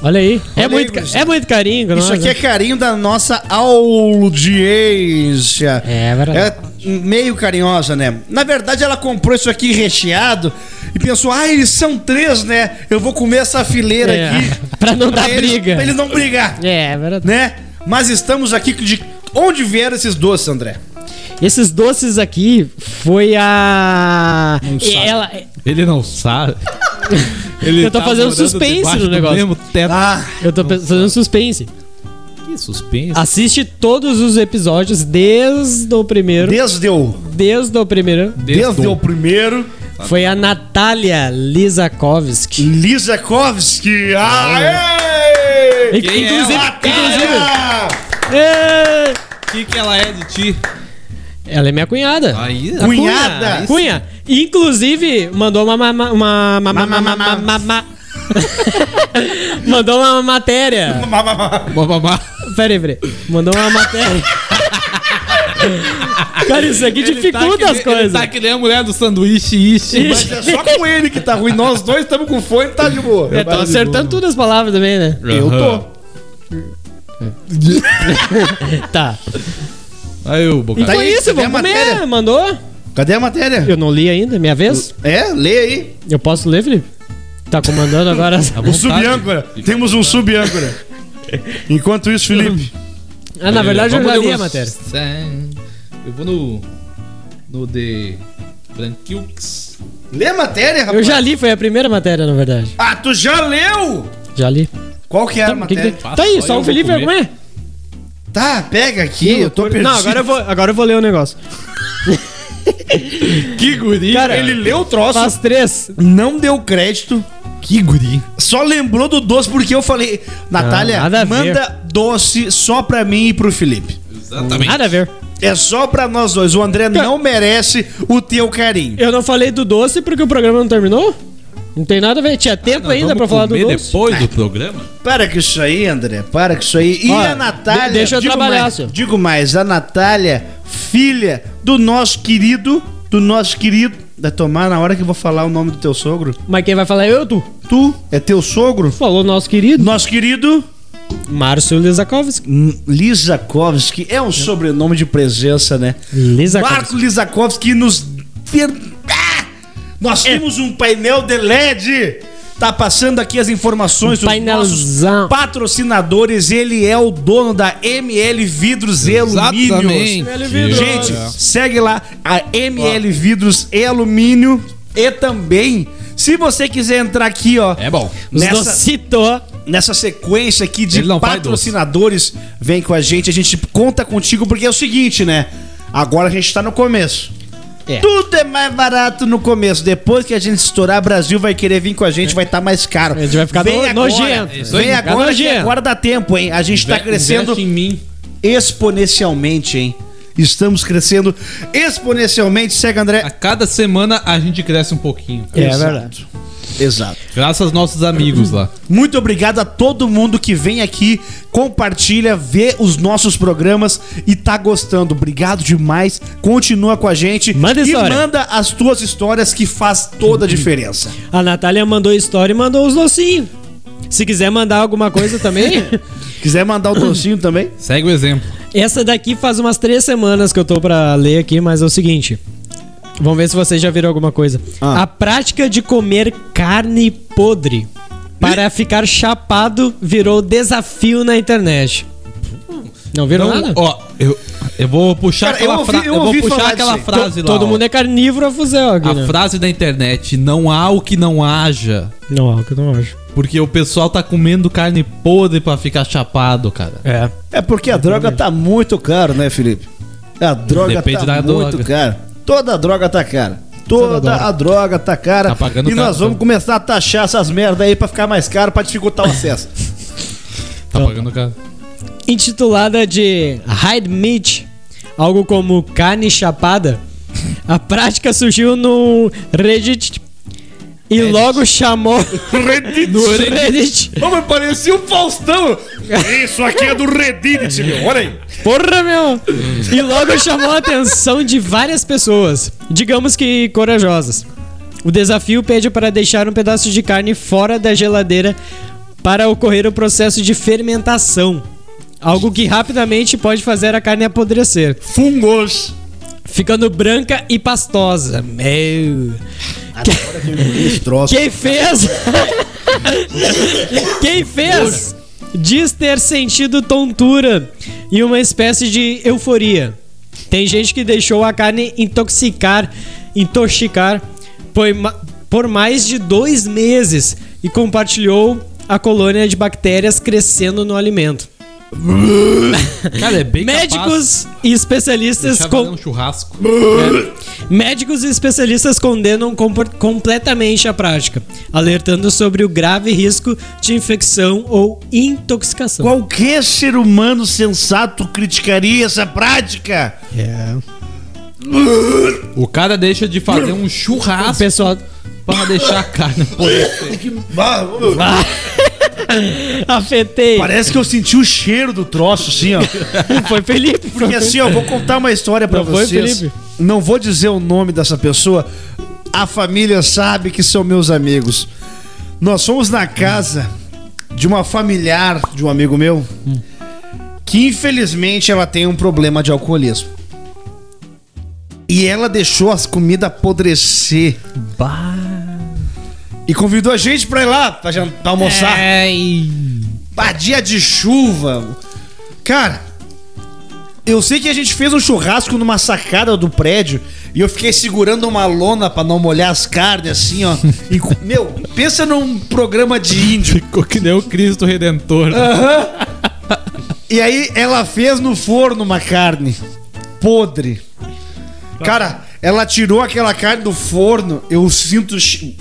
Speaker 2: Olha aí. é,
Speaker 5: aí,
Speaker 2: muito, ca-
Speaker 5: gurizada.
Speaker 2: é muito carinho.
Speaker 5: Isso
Speaker 2: nossa.
Speaker 5: aqui é carinho da nossa audiência.
Speaker 2: É verdade.
Speaker 5: É meio carinhosa, né? Na verdade, ela comprou isso aqui recheado e pensou: ah, eles são três, né? Eu vou comer essa fileira
Speaker 2: É,
Speaker 5: aqui.
Speaker 2: pra não dar
Speaker 5: eles-
Speaker 2: briga.
Speaker 5: Pra eles não brigar,
Speaker 2: É, é verdade.
Speaker 5: né? Mas estamos aqui de onde vieram esses doces, André?
Speaker 2: Esses doces aqui foi a.
Speaker 5: sabe.
Speaker 2: Ela.
Speaker 3: Ele não sabe. Ele tá
Speaker 2: Eu tô fazendo
Speaker 3: morando
Speaker 2: suspense
Speaker 3: debaixo
Speaker 2: no
Speaker 3: do
Speaker 2: negócio.
Speaker 3: Mesmo teto.
Speaker 5: Ah.
Speaker 2: Eu tô pe- fazendo suspense.
Speaker 3: Que suspense.
Speaker 2: Assiste todos os episódios desde o primeiro.
Speaker 5: Desde o,
Speaker 2: Desde o primeiro.
Speaker 5: desde o primeiro,
Speaker 2: Foi a Natália Lizakovsky.
Speaker 5: Lizakovski. Aê!
Speaker 3: Quem é
Speaker 2: inclusive,
Speaker 3: ela?
Speaker 2: inclusive.
Speaker 5: Ah,
Speaker 2: é,
Speaker 3: O que, que ela é de ti?
Speaker 2: Ela é minha cunhada.
Speaker 3: Aí,
Speaker 2: A
Speaker 5: Cunhada.
Speaker 2: Cunha. Cunha. Inclusive, mandou uma. ma- ma- uma, ma- ma- ma- ma- ma- ma- ma- mandou uma matéria.
Speaker 5: ma- ma- ma-
Speaker 3: Bababá.
Speaker 2: Peraí, peraí. Mandou uma matéria. Cara, isso aqui dificulta as coisas.
Speaker 3: Tá que nem a mulher do sanduíche, ishi.
Speaker 5: Mas é só com ele que tá ruim. Nós dois estamos com fome, tá de boa.
Speaker 2: É, tô acertando todas as palavras também, né?
Speaker 5: Eu tô.
Speaker 2: Tá.
Speaker 3: Aí o Boca.
Speaker 5: Tá
Speaker 2: Foi
Speaker 5: aí,
Speaker 2: isso,
Speaker 5: cadê a
Speaker 2: vamos comer.
Speaker 5: matéria?
Speaker 2: Mandou?
Speaker 5: Cadê a matéria?
Speaker 2: Eu não li ainda, minha vez.
Speaker 5: É, lê aí.
Speaker 2: Eu posso ler, Felipe? Tá comandando agora.
Speaker 5: O subâncora. Temos um subâncora. Enquanto isso, Felipe.
Speaker 2: Ah, na verdade eu
Speaker 3: Vamos
Speaker 2: já
Speaker 3: ler
Speaker 2: li a
Speaker 3: os-
Speaker 2: matéria.
Speaker 3: Eu vou no. No de. Branquilx.
Speaker 5: Lê a matéria, rapaz.
Speaker 2: Eu já li, foi a primeira matéria, na verdade.
Speaker 5: Ah, tu já leu?
Speaker 2: Já li.
Speaker 1: Qual que era É a
Speaker 2: que que
Speaker 1: matéria?
Speaker 2: tem? tá aí,
Speaker 5: eu
Speaker 2: só o
Speaker 5: vou
Speaker 2: Felipe
Speaker 5: comer.
Speaker 2: vergonha.
Speaker 1: Tá, pega aqui, eu tô perdido.
Speaker 2: Não, agora eu vou, agora eu vou ler o negócio.
Speaker 1: Que guri,
Speaker 2: Cara,
Speaker 1: ele leu o troço,
Speaker 2: Faz três.
Speaker 1: não deu crédito,
Speaker 5: Que guri.
Speaker 1: só lembrou do doce porque eu falei, Natália,
Speaker 2: nada a ver.
Speaker 1: manda doce só pra mim e pro Felipe.
Speaker 5: Exatamente.
Speaker 2: Nada a ver.
Speaker 1: É só pra nós dois. O André
Speaker 2: Tá.
Speaker 1: não merece o teu carinho.
Speaker 2: Eu não falei do doce porque o programa não terminou? Não tem nada a ver. Tinha tempo ainda pra falar do doce.
Speaker 5: depois do programa?
Speaker 1: Para com isso aí, André. Para com isso aí. E
Speaker 2: Olha,
Speaker 1: a Natália.
Speaker 2: de- deixa eu
Speaker 1: digo
Speaker 2: trabalhar,
Speaker 1: mais,
Speaker 2: senhor.
Speaker 1: Digo mais, a Natália, filha do nosso querido. Do nosso querido. Vai tomar na hora que eu vou falar o nome do teu sogro.
Speaker 2: Mas quem vai falar é eu, tu.
Speaker 1: Tu é teu sogro?
Speaker 2: Falou nosso querido
Speaker 1: Nosso querido
Speaker 2: Márcio Lizakovski.
Speaker 1: hum, Lizakovski. É um sobrenome de presença, né?
Speaker 2: Lizakovski.
Speaker 1: Marco Lizakovski nos. ver- Ah! Nós temos um painel de LED. Tá passando aqui as informações dos nossos
Speaker 2: Painelzão.
Speaker 1: patrocinadores. Ele é o dono da ML Vidros e Alumínios. Gente, segue lá a ML Vidros e Alumínio. E também, se você quiser entrar aqui, ó,
Speaker 5: É bom.
Speaker 2: Os
Speaker 1: nessa-
Speaker 2: docitos.
Speaker 1: nessa sequência aqui de
Speaker 5: Ele não faz
Speaker 1: patrocinadores, vem com a gente, a gente conta contigo, porque é o seguinte, né? Agora a gente tá no começo.
Speaker 2: É.
Speaker 1: Tudo é mais barato no começo. Depois que a gente estourar, Brasil vai querer vir com a gente, vai estar mais caro.
Speaker 2: A gente vai ficar no- nojento.
Speaker 1: Vem
Speaker 2: Isso aí, vai ficar
Speaker 1: agora, que
Speaker 2: nojento.
Speaker 1: agora dá tempo, hein? A gente tá crescendo
Speaker 5: Investe em mim.
Speaker 1: exponencialmente, hein? Estamos crescendo exponencialmente. Segue,
Speaker 5: A
Speaker 1: André.
Speaker 5: cada semana a gente cresce um pouquinho.
Speaker 2: É
Speaker 1: Exato.
Speaker 2: verdade.
Speaker 1: Exato.
Speaker 5: Graças aos nossos amigos lá.
Speaker 1: Muito obrigado a todo mundo que vem aqui, compartilha, vê os nossos programas e tá gostando. Obrigado demais. Continua com a gente
Speaker 2: Manda
Speaker 1: e
Speaker 2: história.
Speaker 1: manda as tuas histórias que faz toda a diferença.
Speaker 2: A Natália mandou história e mandou os docinhos. Se quiser mandar alguma coisa também.
Speaker 1: Quiser mandar o docinho também?
Speaker 5: Segue o exemplo.
Speaker 2: Essa daqui faz umas três semanas que eu tô pra ler aqui, mas é o seguinte. Vamos ver se vocês já viram alguma coisa.
Speaker 1: Ah.
Speaker 2: A prática de comer carne podre para ficar chapado virou desafio na internet. Não viram
Speaker 5: Então,
Speaker 2: nada?
Speaker 5: ó, eu, eu vou puxar
Speaker 1: Cara, eu
Speaker 5: aquela
Speaker 1: ouvi-
Speaker 5: frase.
Speaker 1: eu
Speaker 5: Eu, vou
Speaker 1: ouvi
Speaker 5: puxar
Speaker 1: falar
Speaker 5: aquela
Speaker 1: disso
Speaker 5: frase lá.
Speaker 2: Todo
Speaker 5: ó.
Speaker 2: mundo é carnívoro a fuzel aqui,
Speaker 5: A
Speaker 2: né?
Speaker 5: frase da internet: não há o que não haja.
Speaker 2: Não, é o que eu não acho.
Speaker 5: Porque o pessoal tá comendo carne podre pra ficar chapado, cara.
Speaker 3: Tá
Speaker 2: É.
Speaker 1: É porque a droga tá muito cara, né, Felipe? A droga
Speaker 5: Depende
Speaker 1: tá
Speaker 5: da
Speaker 1: muito
Speaker 5: droga.
Speaker 1: cara. Toda a droga tá cara. Toda,
Speaker 2: Toda
Speaker 1: a droga tá cara.
Speaker 5: Tá pagando
Speaker 1: e nós
Speaker 5: caro,
Speaker 1: vamos
Speaker 5: tá.
Speaker 1: começar a taxar essas merda aí pra ficar mais caro, pra dificultar o acesso.
Speaker 5: Tá pagando cara.
Speaker 2: Intitulada de Hide Meat, algo como carne chapada, a prática surgiu no Reddit e logo chamou.
Speaker 1: Reddit.
Speaker 2: No Reddit.
Speaker 1: Como parecia um Faustão! Isso aqui é do Reddit, meu. Olha aí.
Speaker 2: Porra, meu! E logo chamou a atenção de várias pessoas, digamos que corajosas. O desafio pede para deixar um pedaço de carne fora da geladeira para ocorrer o processo de fermentação. Algo que rapidamente pode fazer a carne apodrecer,
Speaker 1: Fungos.
Speaker 2: ficando branca e pastosa. Meu.
Speaker 1: Troço.
Speaker 2: Quem fez? Quem fez? Diz ter sentido tontura e uma espécie de euforia. Tem gente que deixou a carne intoxicar, intoxicar por, ma- por mais de dois meses e compartilhou a colônia de bactérias crescendo no alimento.
Speaker 5: Cara, é bem
Speaker 2: Médicos e especialistas
Speaker 5: Capaz, com...
Speaker 2: com
Speaker 5: um churrasco.
Speaker 2: Médicos e especialistas condenam compor- completamente a prática, alertando sobre o grave risco de infecção ou intoxicação.
Speaker 1: Qualquer ser humano sensato criticaria essa prática.
Speaker 5: O cara deixa de fazer um
Speaker 2: O
Speaker 5: churrasco
Speaker 2: pessoal,
Speaker 5: pra deixar a carne podre.
Speaker 2: afetei.
Speaker 1: Parece que eu senti o cheiro do troço, assim, ó.
Speaker 2: Foi Felipe,
Speaker 1: E assim, ó, eu vou contar uma história pra
Speaker 2: Não foi,
Speaker 1: vocês.
Speaker 2: Felipe?
Speaker 1: Não vou dizer o nome dessa pessoa. A família sabe que são meus amigos. Nós fomos na casa de uma familiar de um amigo meu
Speaker 2: Hum.
Speaker 1: que infelizmente ela tem um problema de alcoolismo. E ela deixou as comidas apodrecer. E convidou a gente pra ir lá, pra, jan- pra almoçar.
Speaker 2: É,
Speaker 1: Bah, dia de chuva. Cara,
Speaker 5: Eu sei que a gente fez um churrasco numa sacada do prédio e eu fiquei segurando uma lona pra não molhar as carnes, assim, ó. E co- meu, pensa num programa de índio.
Speaker 3: Ficou que nem o Cristo Redentor.
Speaker 5: Ah. E aí ela fez no forno uma carne podre. Cara, ela tirou aquela carne do forno, eu sinto. o che-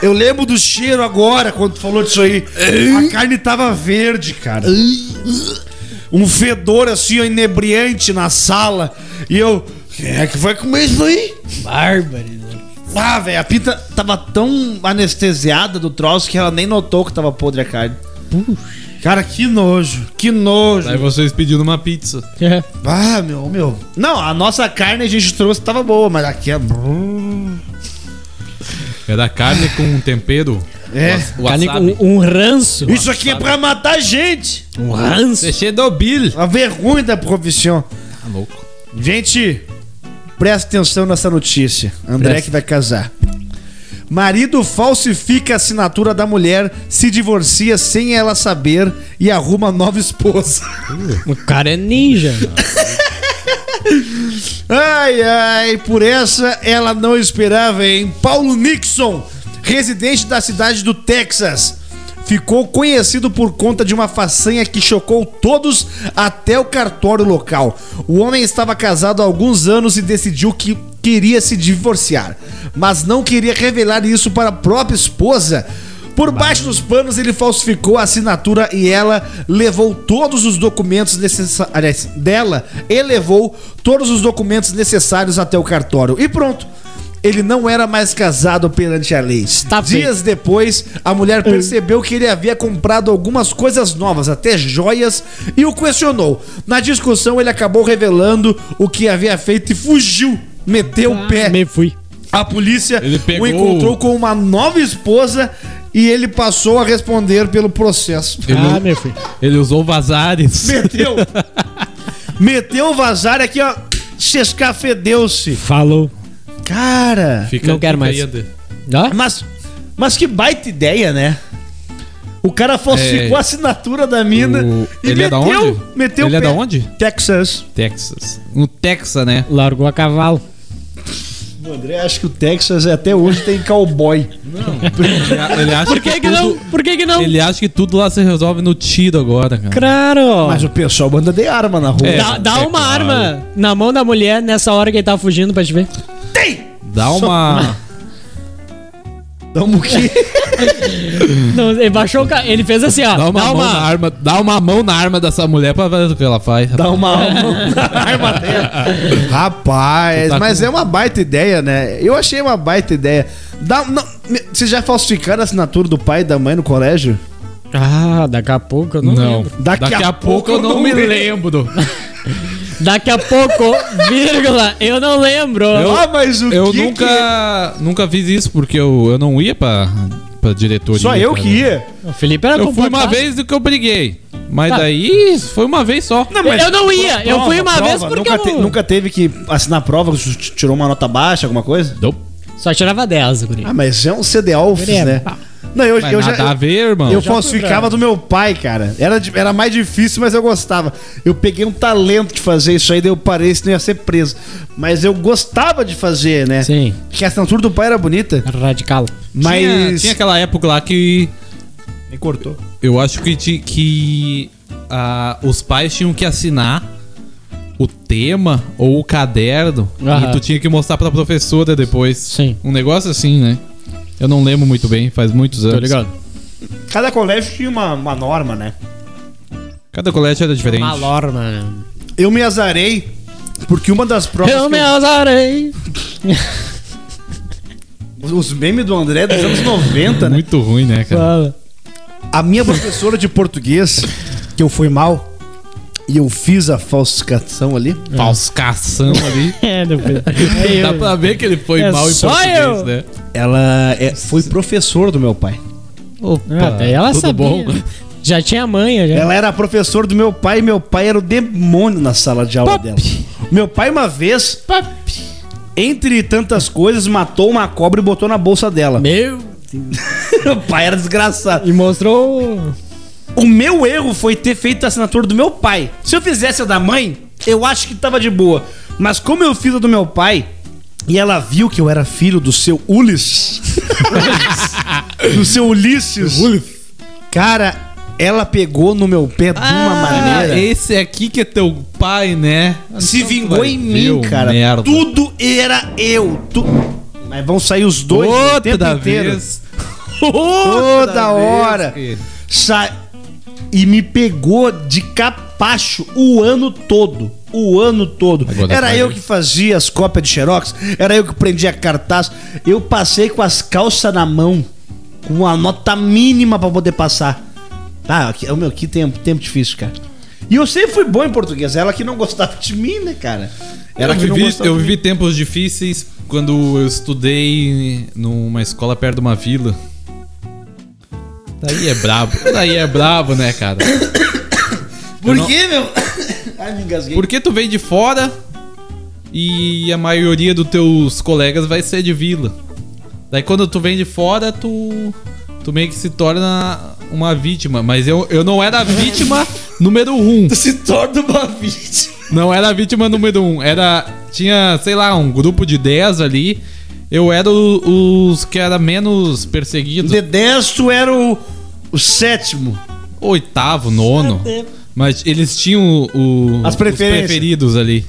Speaker 5: Eu lembro do cheiro agora quando tu falou disso aí. A carne tava verde, cara. Um fedor assim, ó, inebriante na sala. E eu. Quem é que vai comer isso aí? Bárbaro. Ah, velho, a Pita tava tão anestesiada do troço que ela nem notou que tava podre a carne. Cara, que nojo, que nojo.
Speaker 3: Aí vocês pedindo uma pizza.
Speaker 2: É.
Speaker 5: Ah, meu, meu. Não, a nossa carne a gente trouxe tava boa, mas aqui é.
Speaker 3: Era carne com um tempero.
Speaker 5: É.
Speaker 3: wa-
Speaker 2: Carne com
Speaker 3: wasabi.
Speaker 2: um ranço.
Speaker 5: Isso aqui é pra matar gente.
Speaker 2: Um ranço.
Speaker 3: Chedobil.
Speaker 5: A vergonha da profissão.
Speaker 3: Tá louco.
Speaker 5: Gente, presta atenção nessa notícia. André
Speaker 2: Presta.
Speaker 5: que vai casar. Marido falsifica a assinatura da mulher, se divorcia sem ela saber e arruma nova esposa.
Speaker 2: O cara é ninja.
Speaker 5: Ai, ai, por essa ela não esperava, hein? Paulo Nixon, residente da cidade do Texas, ficou conhecido por conta de uma façanha que chocou todos até o cartório local. O homem estava casado há alguns anos e decidiu que queria se divorciar, mas não queria revelar isso para a própria esposa. Por baixo dos panos, ele falsificou a assinatura e ela levou todos os documentos necessários. Dela, e levou todos os documentos necessários até o cartório. E pronto. Ele não era mais casado perante a lei.
Speaker 2: Tá bem.
Speaker 5: Dias depois, a mulher percebeu que ele havia comprado algumas coisas novas, até joias, e o questionou. Na discussão, ele acabou revelando o que havia feito e fugiu. Meteu o pé.
Speaker 2: Ah, Me fui.
Speaker 5: A polícia
Speaker 3: Ele
Speaker 5: o
Speaker 3: pegou-
Speaker 5: encontrou com uma nova esposa e ele passou a responder pelo processo.
Speaker 2: Ah, me fui.
Speaker 3: Ele usou vazares.
Speaker 5: Meteu! Meteu o vazar aqui, ó. Sescafedeu-se.
Speaker 2: Falou.
Speaker 5: Cara.
Speaker 3: Fica
Speaker 2: Não quero
Speaker 3: fica aí,
Speaker 2: mais.
Speaker 3: André.
Speaker 2: Ó.
Speaker 5: Mas, mas que baita ideia, né? O cara falsificou
Speaker 3: É.
Speaker 5: a assinatura da mina
Speaker 3: O-
Speaker 5: e
Speaker 3: ele é da
Speaker 5: meteu,
Speaker 3: onde?
Speaker 5: meteu
Speaker 3: Ele
Speaker 5: o
Speaker 3: é
Speaker 5: pé.
Speaker 3: da onde?
Speaker 5: Texas.
Speaker 3: Texas. No Texas, né?
Speaker 2: Largou a cavalo.
Speaker 5: O André acha que o Texas é até hoje tem cowboy.
Speaker 3: Ele, ele acha
Speaker 2: Por
Speaker 5: é
Speaker 2: que que não? Por que que não?
Speaker 3: Ele acha que tudo lá se resolve no tiro agora, cara.
Speaker 2: Claro.
Speaker 5: Mas o pessoal manda de arma na rua.
Speaker 3: É.
Speaker 2: Dá, dá uma
Speaker 3: claro.
Speaker 2: arma na mão da mulher nessa hora que ele tá fugindo pra te ver.
Speaker 3: Dá uma.
Speaker 5: Então o quê?
Speaker 2: Não, ele baixou o ca... Ele fez assim, ó.
Speaker 3: Dá uma, mão na arma, dá uma mão na arma dessa mulher pra ver o que ela faz.
Speaker 5: Dá um- uma arma dela. Rapaz,
Speaker 3: Tu tá
Speaker 5: mas
Speaker 3: com-
Speaker 5: é uma baita ideia, né? Eu achei uma baita ideia. Dá, não, me- vocês já falsificaram a assinatura do pai e da mãe no colégio?
Speaker 2: Ah, daqui a pouco eu não,
Speaker 3: Não.
Speaker 2: lembro.
Speaker 5: Daqui a pouco eu não me
Speaker 3: lembro.
Speaker 2: Daqui a pouco, vírgula, eu não lembro.
Speaker 5: ah, mas o
Speaker 3: Eu
Speaker 5: que é?
Speaker 3: nunca, nunca fiz isso porque eu, eu não ia pra, pra diretoria.
Speaker 5: que- Só eu
Speaker 3: cara.
Speaker 5: que ia.
Speaker 2: O Felipe era
Speaker 3: Eu fui
Speaker 2: comportado.
Speaker 3: uma vez do que eu briguei. Mas
Speaker 2: Ah.
Speaker 3: daí foi uma vez só.
Speaker 5: Tá. Não,
Speaker 2: Eu não ia, eu fui uma vez porque
Speaker 5: nunca,
Speaker 2: eu não-
Speaker 5: nunca teve que assinar prova, que t- tirou uma nota baixa, alguma coisa?
Speaker 3: Não.
Speaker 2: Só tirava 10, guri.
Speaker 5: Ah, mas é um CDO,
Speaker 2: Ele é
Speaker 5: né?
Speaker 2: pau.
Speaker 5: Não, eu,
Speaker 3: Ah. Mas
Speaker 5: eu já.
Speaker 3: nada a ver,
Speaker 2: Ah.
Speaker 3: irmão.
Speaker 5: Eu falsificava do meu pai, cara. Era, de- era mais difícil, mas eu gostava. Eu peguei um talento de fazer isso aí, daí eu parei, senão eu ia ser preso. Mas eu gostava de fazer, né?
Speaker 2: Sim.
Speaker 5: Porque a assinatura do pai era bonita,
Speaker 2: Radical.
Speaker 5: mas.
Speaker 3: Tinha, tinha aquela época lá que
Speaker 5: Me cortou.
Speaker 3: eu acho que, ti- que ah, os pais tinham que assinar o tema ou o caderno
Speaker 2: Aham.
Speaker 3: e tu tinha que mostrar pra professora depois.
Speaker 2: Sim.
Speaker 3: Um negócio assim, né? Eu não lembro muito bem, faz muitos anos.
Speaker 2: Tô ligado?
Speaker 5: Cada colégio tinha uma, uma norma, né?
Speaker 3: Cada colégio era diferente.
Speaker 2: Malorma.
Speaker 5: Eu me azarei, porque uma das provas.
Speaker 2: né? Eu
Speaker 5: que
Speaker 2: me azarei.
Speaker 5: eu- Os memes do André dos anos 90, né?
Speaker 3: Muito ruim, né, cara?
Speaker 2: Fala.
Speaker 5: A minha professora de português, que eu fui mal, e eu fiz a falsificação ali.
Speaker 3: Falscação ali.
Speaker 2: É, não foi. É
Speaker 3: Dá
Speaker 2: eu.
Speaker 3: pra ver que ele foi
Speaker 2: É
Speaker 3: mal em
Speaker 2: só
Speaker 3: português,
Speaker 2: eu.
Speaker 3: né?
Speaker 5: Ela é- foi professor do meu pai.
Speaker 2: Ah, daí ela
Speaker 3: tudo
Speaker 2: sabia.
Speaker 3: bom?
Speaker 2: Já tinha manha, já.
Speaker 5: Ela era professor do meu pai e meu pai era o demônio na sala de aula dela. Meu pai, uma vez, entre tantas coisas, matou uma cobra e botou na bolsa dela.
Speaker 2: Meu.
Speaker 3: É.
Speaker 5: Meu pai era desgraçado.
Speaker 2: E mostrou.
Speaker 1: O meu erro foi ter feito a assinatura do meu pai. Se eu fizesse a da mãe, eu acho que tava de boa. Mas como eu fiz a do meu pai, e ela viu que eu era filho do seu Ulisses. do seu Ulisses. é, Cara, ela pegou no meu pé de uma maneira.
Speaker 3: Ah, Esse aqui que é teu pai, né?
Speaker 1: Se
Speaker 3: Então tu
Speaker 1: vingou
Speaker 3: vai
Speaker 1: em
Speaker 3: ver,
Speaker 1: mim,
Speaker 3: ô
Speaker 1: cara.
Speaker 3: Merda.
Speaker 1: Tudo era eu. Tu... Mas vão sair os dois o
Speaker 3: Outra
Speaker 1: tempo inteiro.
Speaker 3: vez.
Speaker 1: Toda hora.
Speaker 3: filho.
Speaker 1: Sa... E me pegou de capacho o ano todo. O ano todo.
Speaker 3: Agora
Speaker 1: Era
Speaker 3: tá
Speaker 1: eu
Speaker 3: aí.
Speaker 1: que fazia as cópias de Xerox, era eu que prendia cartaz. Eu passei com as calças na mão, com uma nota mínima pra poder passar. Ah, aqui, o meu, que tempo, tempo difícil, cara. E eu sempre fui bom em português. Ela que não gostava de mim, né, cara? Ela
Speaker 3: eu
Speaker 1: que não
Speaker 3: vivi,
Speaker 1: gostava
Speaker 3: eu
Speaker 1: de mim.
Speaker 3: vivi tempos difíceis quando eu estudei numa escola perto de uma vila. Daí é brabo. Daí é brabo, né, cara?
Speaker 1: Por
Speaker 3: eu não-
Speaker 1: quê, meu? Ai, me engasguei.
Speaker 3: Porque tu vem de fora e a maioria dos teus colegas vai ser de vila. Daí quando tu vem de fora, tu. Tu meio que se torna uma vítima. Mas eu, eu não era a vítima número um.
Speaker 1: se torna uma vítima.
Speaker 3: Não era a vítima número um. Era. Tinha, sei lá, um grupo de 10 ali. Eu era o- os que era menos perseguidos.
Speaker 1: Dedesto era o, o sétimo.
Speaker 3: Oitavo, nono. Mas eles tinham o,
Speaker 1: As preferências.
Speaker 3: os preferidos ali.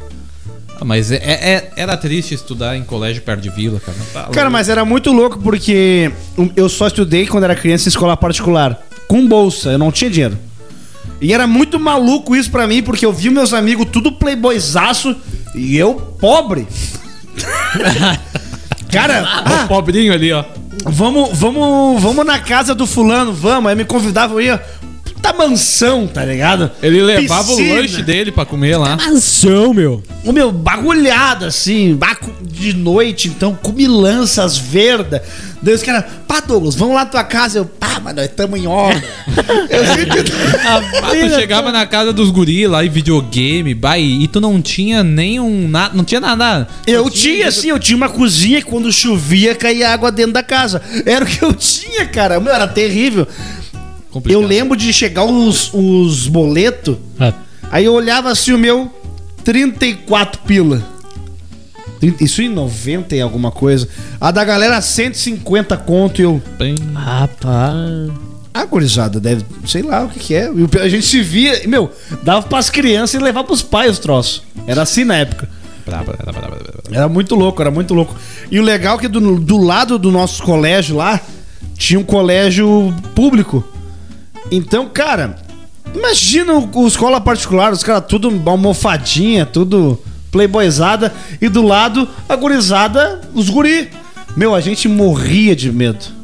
Speaker 3: Ah, mas é- é- era triste estudar em colégio perto de vila, cara. Tá
Speaker 1: Cara, mas era muito louco porque um, eu só estudei quando era criança em escola particular. Com bolsa, eu não tinha dinheiro. E era muito maluco isso pra mim, porque eu vi meus amigos tudo playboyzaço e eu pobre. Cara,
Speaker 3: louco.
Speaker 1: ah,
Speaker 3: o pobrinho ali, ó.
Speaker 1: Vamos, vamos, vamos na casa do fulano, vamos. Aí me convidava, eu ia. Puta mansão, tá ligado?
Speaker 3: Ele levava
Speaker 1: Piscina.
Speaker 3: o lanche dele pra comer lá.
Speaker 2: Mansão, meu.
Speaker 1: O meu, bagulhado assim, baco de noite, então, cumilanças verda. Daí os caras, pá, Douglas, vamos lá na tua casa. Eu, pá, mas nós tamo em obra. eu sempre.
Speaker 3: Ah, tu chegava na casa dos guris lá e videogame, bai, e tu não tinha nenhum. Na, não tinha nada.
Speaker 1: Eu tinha, assim, eu tinha uma cozinha que quando chovia caía água dentro da casa. Era o que eu tinha, cara. Meu, era terrível. Eu
Speaker 3: Complicado.
Speaker 1: lembro de chegar os, os boletos.
Speaker 3: Ah.
Speaker 1: Aí eu olhava assim o meu 34 pila. Trinta- Isso em 90 e alguma coisa. A da galera 150 conto e eu.
Speaker 3: Bem,
Speaker 2: Rapaz.
Speaker 1: Ah, gurizada, deve. Sei lá o que, que é. E o pior, A gente se via. e, Meu, dava pras crianças e levava pros pais os troços. Era assim na época.
Speaker 3: brabo, brabo, brabo, brabo.
Speaker 1: Era muito louco, era muito louco. E o legal é que do, do lado do nosso colégio lá, tinha um colégio público. Então, cara, imagina o, o escola particular, os caras tudo almofadinha, tudo playboyzada. E do lado, a gurizada, os guri. Meu, a gente morria de medo.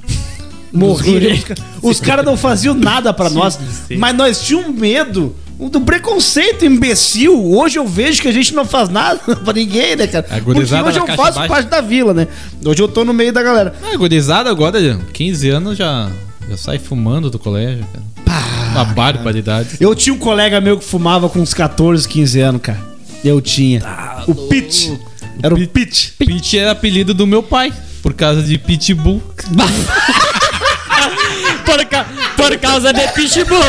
Speaker 1: Morria. Os, ca- os caras não faziam nada pra nós. Mas nós tínhamos medo um do preconceito imbecil. Hoje eu vejo que a gente não faz nada pra ninguém, né, cara?
Speaker 3: A
Speaker 1: Porque hoje
Speaker 3: gurizada na
Speaker 1: eu
Speaker 3: caixa
Speaker 1: faço
Speaker 3: baixa.
Speaker 1: parte da vila, né? Hoje eu tô no meio da galera.
Speaker 3: Ah, gurizada agora, 15 anos já, já sai fumando do colégio, cara. Uma barbaridade.
Speaker 1: Eu tinha um colega meu que fumava com uns 14, 15 anos, cara. Eu tinha.
Speaker 3: Tá
Speaker 1: o Pete. Era o Pete.
Speaker 3: Pit era apelido do meu pai, por causa de Pitbull.
Speaker 2: Por, ca- por causa de pitbull.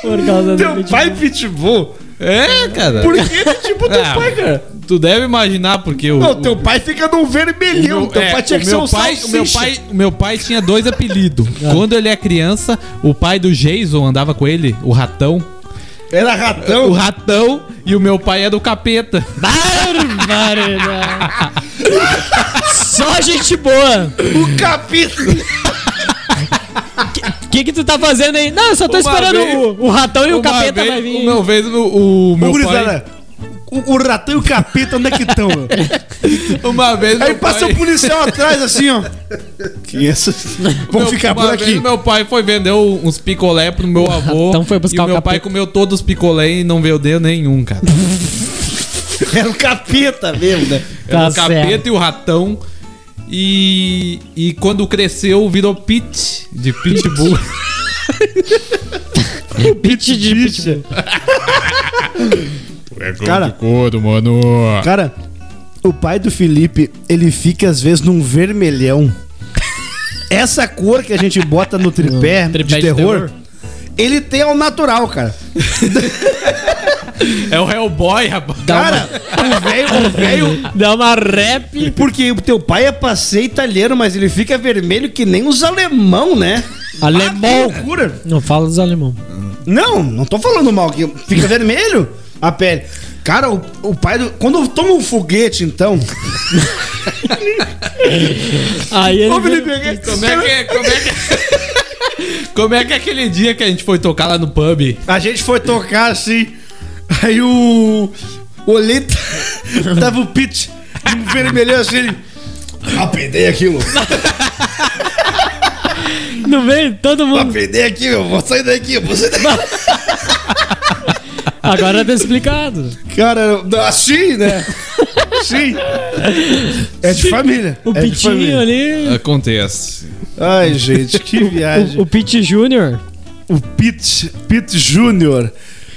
Speaker 2: por causa de
Speaker 1: Teu
Speaker 2: pitbull.
Speaker 1: pai Pitbull?
Speaker 3: É, cara.
Speaker 1: Por que Pitbull teu
Speaker 3: Ah,
Speaker 1: pai, cara?
Speaker 3: Tu deve imaginar, porque o.
Speaker 1: Não, teu pai fica num vermelhão.
Speaker 3: meu,
Speaker 1: teu
Speaker 3: é,
Speaker 1: pai tinha
Speaker 3: o
Speaker 1: que ser
Speaker 3: meu
Speaker 1: um
Speaker 3: pai, o meu
Speaker 1: salsicha.
Speaker 3: pai, o meu pai tinha dois apelidos. Quando ele é criança, o pai do Jason andava com ele, o ratão.
Speaker 1: Era ratão.
Speaker 3: O ratão e o meu pai era o capeta.
Speaker 2: Barbaridade. né? Só gente boa.
Speaker 1: O capítulo.
Speaker 2: O que que tu tá fazendo aí? Não, eu só tô
Speaker 3: Uma
Speaker 2: esperando
Speaker 3: vez-
Speaker 2: o, o ratão e o
Speaker 3: Uma
Speaker 2: capeta
Speaker 3: vez-
Speaker 2: vai vir.
Speaker 3: Uma vez o, o meu
Speaker 1: Ô,
Speaker 3: pai.
Speaker 1: gurizada, o, o ratão e o capeta, onde é que estão? meu?
Speaker 3: Uma vez
Speaker 1: né? Aí
Speaker 3: meu
Speaker 1: passa
Speaker 3: pai-
Speaker 1: o policial atrás, assim, ó. Que isso? Vamos
Speaker 3: Meu-
Speaker 1: ficar por
Speaker 3: uma vez
Speaker 1: aqui.
Speaker 3: Meu pai foi vender um- uns picolé pro meu avô.
Speaker 2: Então foi buscar
Speaker 3: e
Speaker 2: o
Speaker 3: meu pai
Speaker 2: capeta.
Speaker 3: comeu todos os picolé e não vendeu nenhum, cara.
Speaker 1: Era o capeta mesmo, né?
Speaker 3: Era
Speaker 2: Tá
Speaker 3: o capeta
Speaker 2: certo.
Speaker 3: e o ratão. E, e quando cresceu, virou Pit, de Pitbull.
Speaker 2: Pit de pitbull.
Speaker 1: Cara,
Speaker 3: couro, mano.
Speaker 1: cara, o pai do Felipe, ele fica às vezes num vermelhão. Essa cor que a gente bota no tripé,
Speaker 2: tripé
Speaker 1: de,
Speaker 2: de
Speaker 1: terror,
Speaker 2: terror.
Speaker 1: ele tem ao natural, cara.
Speaker 5: É o Hellboy, rapaz.
Speaker 1: Cara, o velho, o velho.
Speaker 2: Dá uma rap.
Speaker 1: Porque o teu pai é passeio italiano, mas ele fica vermelho que nem os alemão, né?
Speaker 2: Alemão.
Speaker 1: Ah, que loucura!
Speaker 2: Não fala dos alemão.
Speaker 1: Não, não tô falando mal que fica vermelho a pele. Cara, o, o pai do. Quando toma um foguete, então.
Speaker 2: Aí ele.
Speaker 1: Ô, Felipe,
Speaker 5: Como é que é? Como é que é? Como é que é aquele dia que a gente foi tocar lá no pub?
Speaker 1: A gente foi tocar assim. Aí o. Olhei. t- Tava o Pete vermelhão assim. Ele... Apendei aqui, louco.
Speaker 2: Não vem? Todo mundo.
Speaker 1: Apendei aqui, eu vou sair daqui, eu vou sair daqui.
Speaker 2: Agora tá explicado.
Speaker 1: Cara, assim, né? Sim. É de família.
Speaker 2: O
Speaker 1: é de
Speaker 2: Pitinho
Speaker 1: família.
Speaker 2: ali.
Speaker 5: Acontece.
Speaker 1: Ai, gente, que
Speaker 3: É
Speaker 1: viagem.
Speaker 2: O, o Pete Júnior.
Speaker 1: O Pete, Pete Júnior.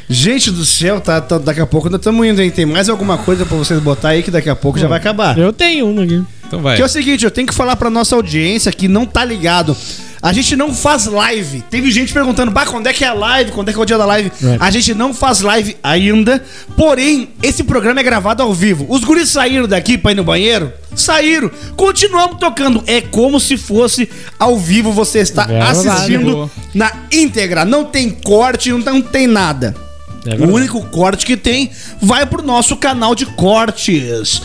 Speaker 1: Gente do céu, tá, tá- daqui a pouco nós estamos indo, hein? Tem mais alguma coisa pra vocês botar aí que daqui a pouco já vai acabar.
Speaker 2: Eu tenho um aqui.
Speaker 5: Então vai.
Speaker 1: Que é o seguinte, eu tenho que falar pra nossa audiência que não tá ligado. A gente não faz live. Teve gente perguntando, bah, quando é que é a live? Quando é que é o dia da live?
Speaker 2: É.
Speaker 1: A gente não faz live ainda. Porém, esse programa é gravado ao vivo. Os guris saíram daqui pra ir no banheiro? Saíram. Continuamos tocando. É como se fosse ao vivo. Você está
Speaker 2: Verdade.
Speaker 1: assistindo
Speaker 5: Boa.
Speaker 1: na íntegra. Não tem corte, não tem- não tem nada. o único corte que tem vai pro nosso canal de cortes.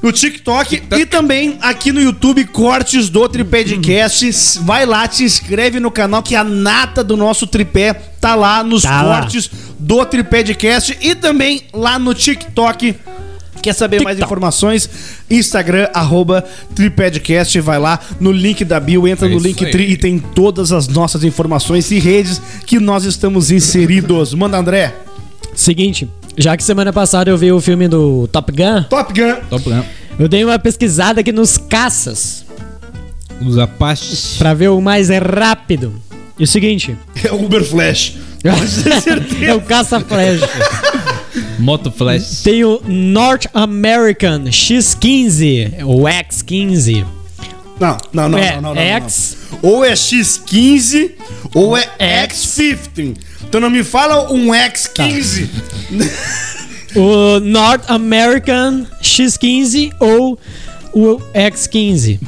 Speaker 1: No TikTok e também aqui no YouTube, cortes do Tripedcast. Vai lá, te inscreve no canal que a nata do nosso tripé tá lá nos
Speaker 2: Tá lá.
Speaker 1: cortes do Tripedcast e também lá no TikTok. Quer saber mais
Speaker 2: TikTok.
Speaker 1: informações? Instagram, arroba Tripedcast, vai lá no link da bio, entra
Speaker 5: É
Speaker 1: no
Speaker 5: isso
Speaker 1: link
Speaker 5: aí.
Speaker 1: tri e tem todas as nossas informações e redes que nós estamos inseridos. Manda, André.
Speaker 2: Seguinte, já que semana passada eu vi o filme do Top Gun,
Speaker 1: Top Gun.
Speaker 5: Top Gun.
Speaker 2: eu dei uma pesquisada aqui nos caças
Speaker 3: Os Apaches.
Speaker 2: pra ver o mais rápido. E o seguinte,
Speaker 1: É o Uber Flash.
Speaker 2: é o caça-flecha.
Speaker 5: Moto Flash.
Speaker 2: Tem o North American X15, o X15.
Speaker 1: Não, não, não,
Speaker 2: É,
Speaker 1: não, não, não, não.
Speaker 2: X.
Speaker 1: Ou é X15 ou é X15. Então não me fala um X15.
Speaker 2: Tá. O North American X15 ou o X15.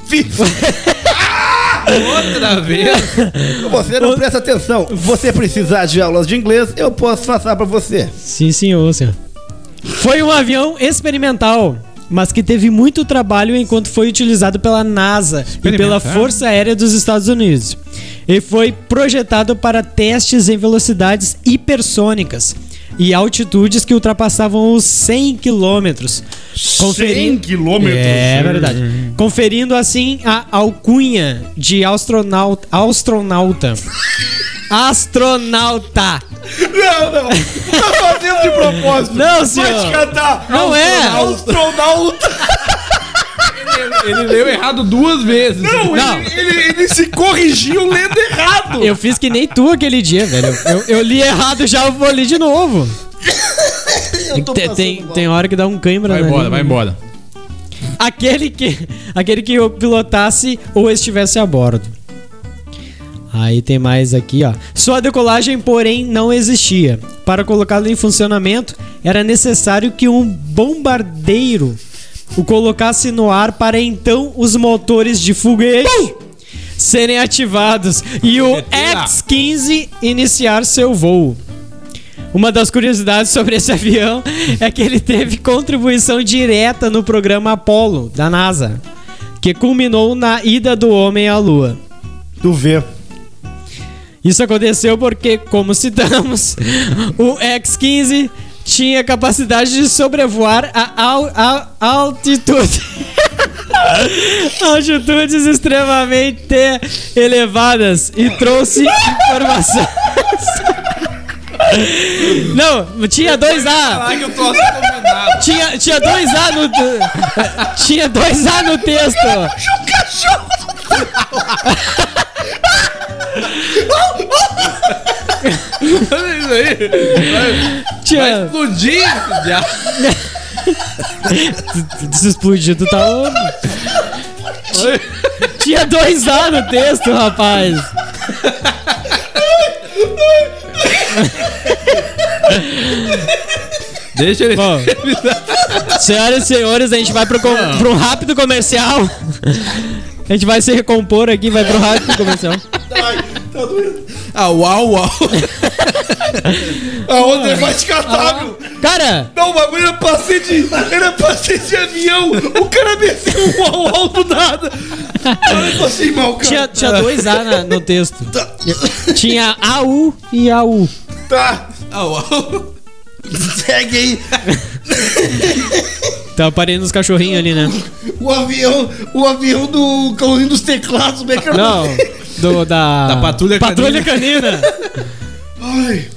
Speaker 5: Outra vez.
Speaker 1: Você não presta atenção. Você precisar de aulas de inglês, eu posso passar pra você.
Speaker 2: Sim, senhor, senhor. Foi um avião experimental, mas que teve muito trabalho enquanto foi utilizado pela NASA e pela
Speaker 5: Experimentar?
Speaker 2: Força Aérea dos Estados Unidos. E foi projetado para testes em velocidades hipersônicas e altitudes que ultrapassavam os 100 quilômetros. Conferi-
Speaker 1: 100 quilômetros.
Speaker 2: É verdade. Conferindo assim a alcunha de astronauta. Astronauta. astronauta.
Speaker 1: Não, não. Tá fazendo de propósito.
Speaker 2: Não,
Speaker 1: Vai te
Speaker 2: senhor.
Speaker 1: cantar.
Speaker 2: Não é.
Speaker 1: Astronauta.
Speaker 5: Ele leu errado duas vezes.
Speaker 1: Não,
Speaker 2: Não.
Speaker 1: Ele, ele- ele se corrigiu lendo errado.
Speaker 2: Eu fiz que nem tu aquele dia, velho. Eu, eu li errado já, eu vou ler de novo. Tem, tem, tem hora que dá um cãibra
Speaker 5: Vai
Speaker 2: na
Speaker 5: embora,
Speaker 2: língua.
Speaker 5: vai embora.
Speaker 2: Aquele que, aquele que eu pilotasse ou estivesse a bordo. Aí tem mais aqui, ó. Sua decolagem, porém, não existia. Para colocá-lo em funcionamento, era necessário que um bombardeiro o colocasse no ar para então os motores de foguete serem ativados e o X-15 iniciar seu voo. Uma das curiosidades sobre esse avião é que ele teve contribuição direta no programa Apollo da NASA, que culminou na ida do homem à Lua.
Speaker 1: Tu vê.
Speaker 2: Isso aconteceu porque, como citamos, o X-15 tinha capacidade de sobrevoar a, al- a altitude. altitudes extremamente elevadas e trouxe informações. Não, tinha dois A.
Speaker 5: Ai, que eu tô acomodado.
Speaker 2: Tinha, tinha dois A no. Tinha dois A no texto.
Speaker 5: Olha isso aí. Vai
Speaker 2: Tinha.
Speaker 5: explodir esse diabo.
Speaker 2: Se explodido tá onde? Tinha dois A no texto, rapaz.
Speaker 3: Deixa ele.
Speaker 2: Bom, senhoras e senhores, a gente vai pro, com- pro rápido comercial. A gente vai se recompor aqui, vai pro rápido comercial.
Speaker 1: Ai, tá doendo.
Speaker 3: Ah, uau, uau.
Speaker 1: Aonde é
Speaker 2: Ah.
Speaker 1: mais catável?
Speaker 2: Cara,
Speaker 1: Não, o bagulho era passeio de. Era passeio de avião! O cara desceu um uau uau do nada! Olha assim, mal, cara.
Speaker 2: tinha, tinha dois A na- no texto. Tinha AU e AU.
Speaker 1: Tá,
Speaker 3: Ah, uau.
Speaker 1: segue aí.
Speaker 2: Tava parei nos cachorrinhos ali, né?
Speaker 1: O avião, o avião do cãozinho dos teclados, como é que era?
Speaker 2: Não, do, da...
Speaker 3: Da Patrulha
Speaker 2: Patrulha Canina.
Speaker 1: Ai,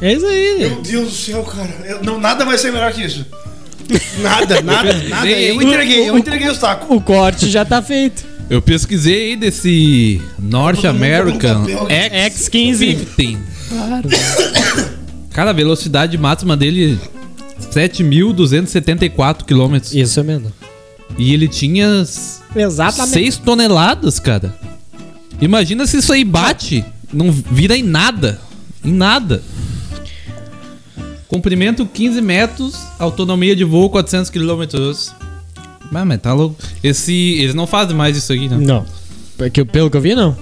Speaker 2: É isso aí.
Speaker 1: meu Deus do céu, cara. Eu- não, nada vai ser melhor que isso. Nada, nada, nada. Eu entreguei, eu entreguei o saco.
Speaker 2: O corte já tá feito.
Speaker 3: Eu pesquisei aí desse North American
Speaker 5: É
Speaker 2: X15.
Speaker 3: X15. Cara, a velocidade máxima dele 7.274 km.
Speaker 2: Isso é mesmo.
Speaker 3: E ele tinha s-
Speaker 2: Exatamente.
Speaker 3: 6 toneladas, cara. Imagina se isso aí bate, não vira em nada. Em nada. Comprimento 15 metros, autonomia de voo 400 km. Mas, mas tá louco. Esse, eles não fazem mais isso aqui, né?
Speaker 2: Não. Porque, pelo É que eu vi, não.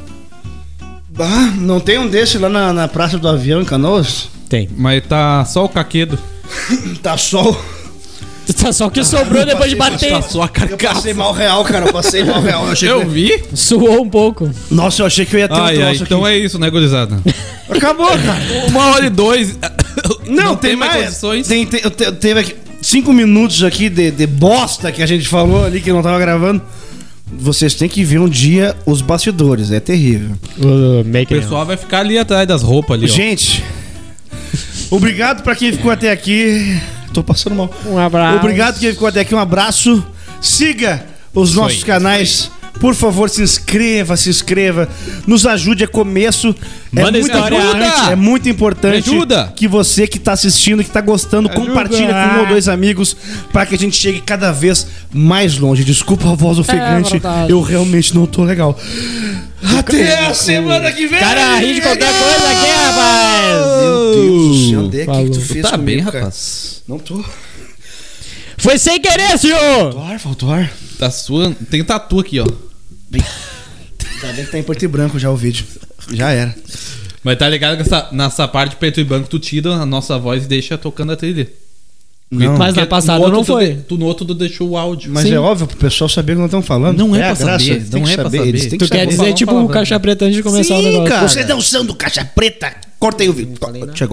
Speaker 1: Ah, não tem um desse lá na, na Praça do Avião, em Canoas?
Speaker 2: Tem.
Speaker 3: Mas tá só o caquedo.
Speaker 1: Tá sol.
Speaker 2: Tá só que sobrou depois de bater.
Speaker 3: a
Speaker 1: Eu passei mal real, cara. Eu passei mal real. Eu achei
Speaker 3: Eu
Speaker 1: que...
Speaker 3: vi?
Speaker 2: Suou um pouco.
Speaker 1: Nossa, eu achei que eu ia ter
Speaker 3: Ai,
Speaker 1: um
Speaker 3: ai,
Speaker 1: troço
Speaker 3: então
Speaker 1: aqui.
Speaker 3: é isso, né, gurizada?
Speaker 1: Acabou, cara.
Speaker 3: Uma hora e dois.
Speaker 1: Não, tem, mais.
Speaker 3: condições.
Speaker 1: Tem, tem, eu te- eu teve aqui cinco minutos aqui de, de bosta que a gente falou ali que não tava gravando. Vocês têm que ver um dia os bastidores, é terrível.
Speaker 2: O
Speaker 3: O pessoal vai ficar ali atrás das roupas ali, ó.
Speaker 1: Gente, obrigado pra quem ficou até aqui. Tô passando mal.
Speaker 2: Um
Speaker 3: Ah.
Speaker 2: abraço.
Speaker 1: Obrigado quem ficou até aqui, um abraço. Siga os nossos
Speaker 3: aí,
Speaker 1: canais. Por favor, se inscreva, se inscreva. Nos ajude, é começo.
Speaker 2: Manda
Speaker 1: é muito
Speaker 2: história.
Speaker 1: importante,
Speaker 3: Ajuda!
Speaker 1: é muito importante
Speaker 3: Me ajuda!
Speaker 1: que você que tá assistindo, que tá gostando,
Speaker 3: Ajuda!
Speaker 1: compartilha com um ou dois amigos para que a gente chegue cada vez mais longe. Desculpa a voz ofegante,
Speaker 2: verdade.
Speaker 1: eu realmente não tô legal. Até a semana que vem!
Speaker 2: Cara, ri de qualquer coisa aqui, rapaz.
Speaker 1: Meu Deus do céu, André, o É que que tu
Speaker 2: Falou.
Speaker 1: fez
Speaker 3: Tá bem,
Speaker 1: comigo, cara?
Speaker 3: rapaz.
Speaker 1: Não tô.
Speaker 2: Foi sem querer, senhor.
Speaker 1: Faltou ar, faltou ar.
Speaker 3: Tá suando. Tem tatu aqui, ó.
Speaker 1: Tá bem que tá em preto e branco já o vídeo. Já era.
Speaker 3: Mas tá ligado que essa, nessa parte preto e branco tu tira a nossa voz e deixa tocando a trilha.
Speaker 1: Não,
Speaker 2: Mas na
Speaker 3: Porque
Speaker 2: passada
Speaker 3: no outro
Speaker 2: não
Speaker 3: tu
Speaker 2: foi.
Speaker 3: de- tu no outro tu deixou o áudio.
Speaker 1: mas é óbvio pro pessoal saber o que nós estamos falando.
Speaker 3: Não é pra
Speaker 1: a
Speaker 3: saber,
Speaker 1: eles têm
Speaker 3: não
Speaker 1: que
Speaker 3: é pra
Speaker 1: saber,
Speaker 3: saber.
Speaker 1: Eles têm que
Speaker 2: Tu quer
Speaker 1: saber.
Speaker 3: dizer,
Speaker 2: dizer
Speaker 3: tipo,
Speaker 2: tipo
Speaker 3: um
Speaker 2: o
Speaker 3: caixa
Speaker 1: um
Speaker 2: caixa preta antes de começar o negócio.
Speaker 5: né?
Speaker 3: tipo,
Speaker 1: Vocês não são do Caixa Preta. Corta aí o vídeo. Chegou.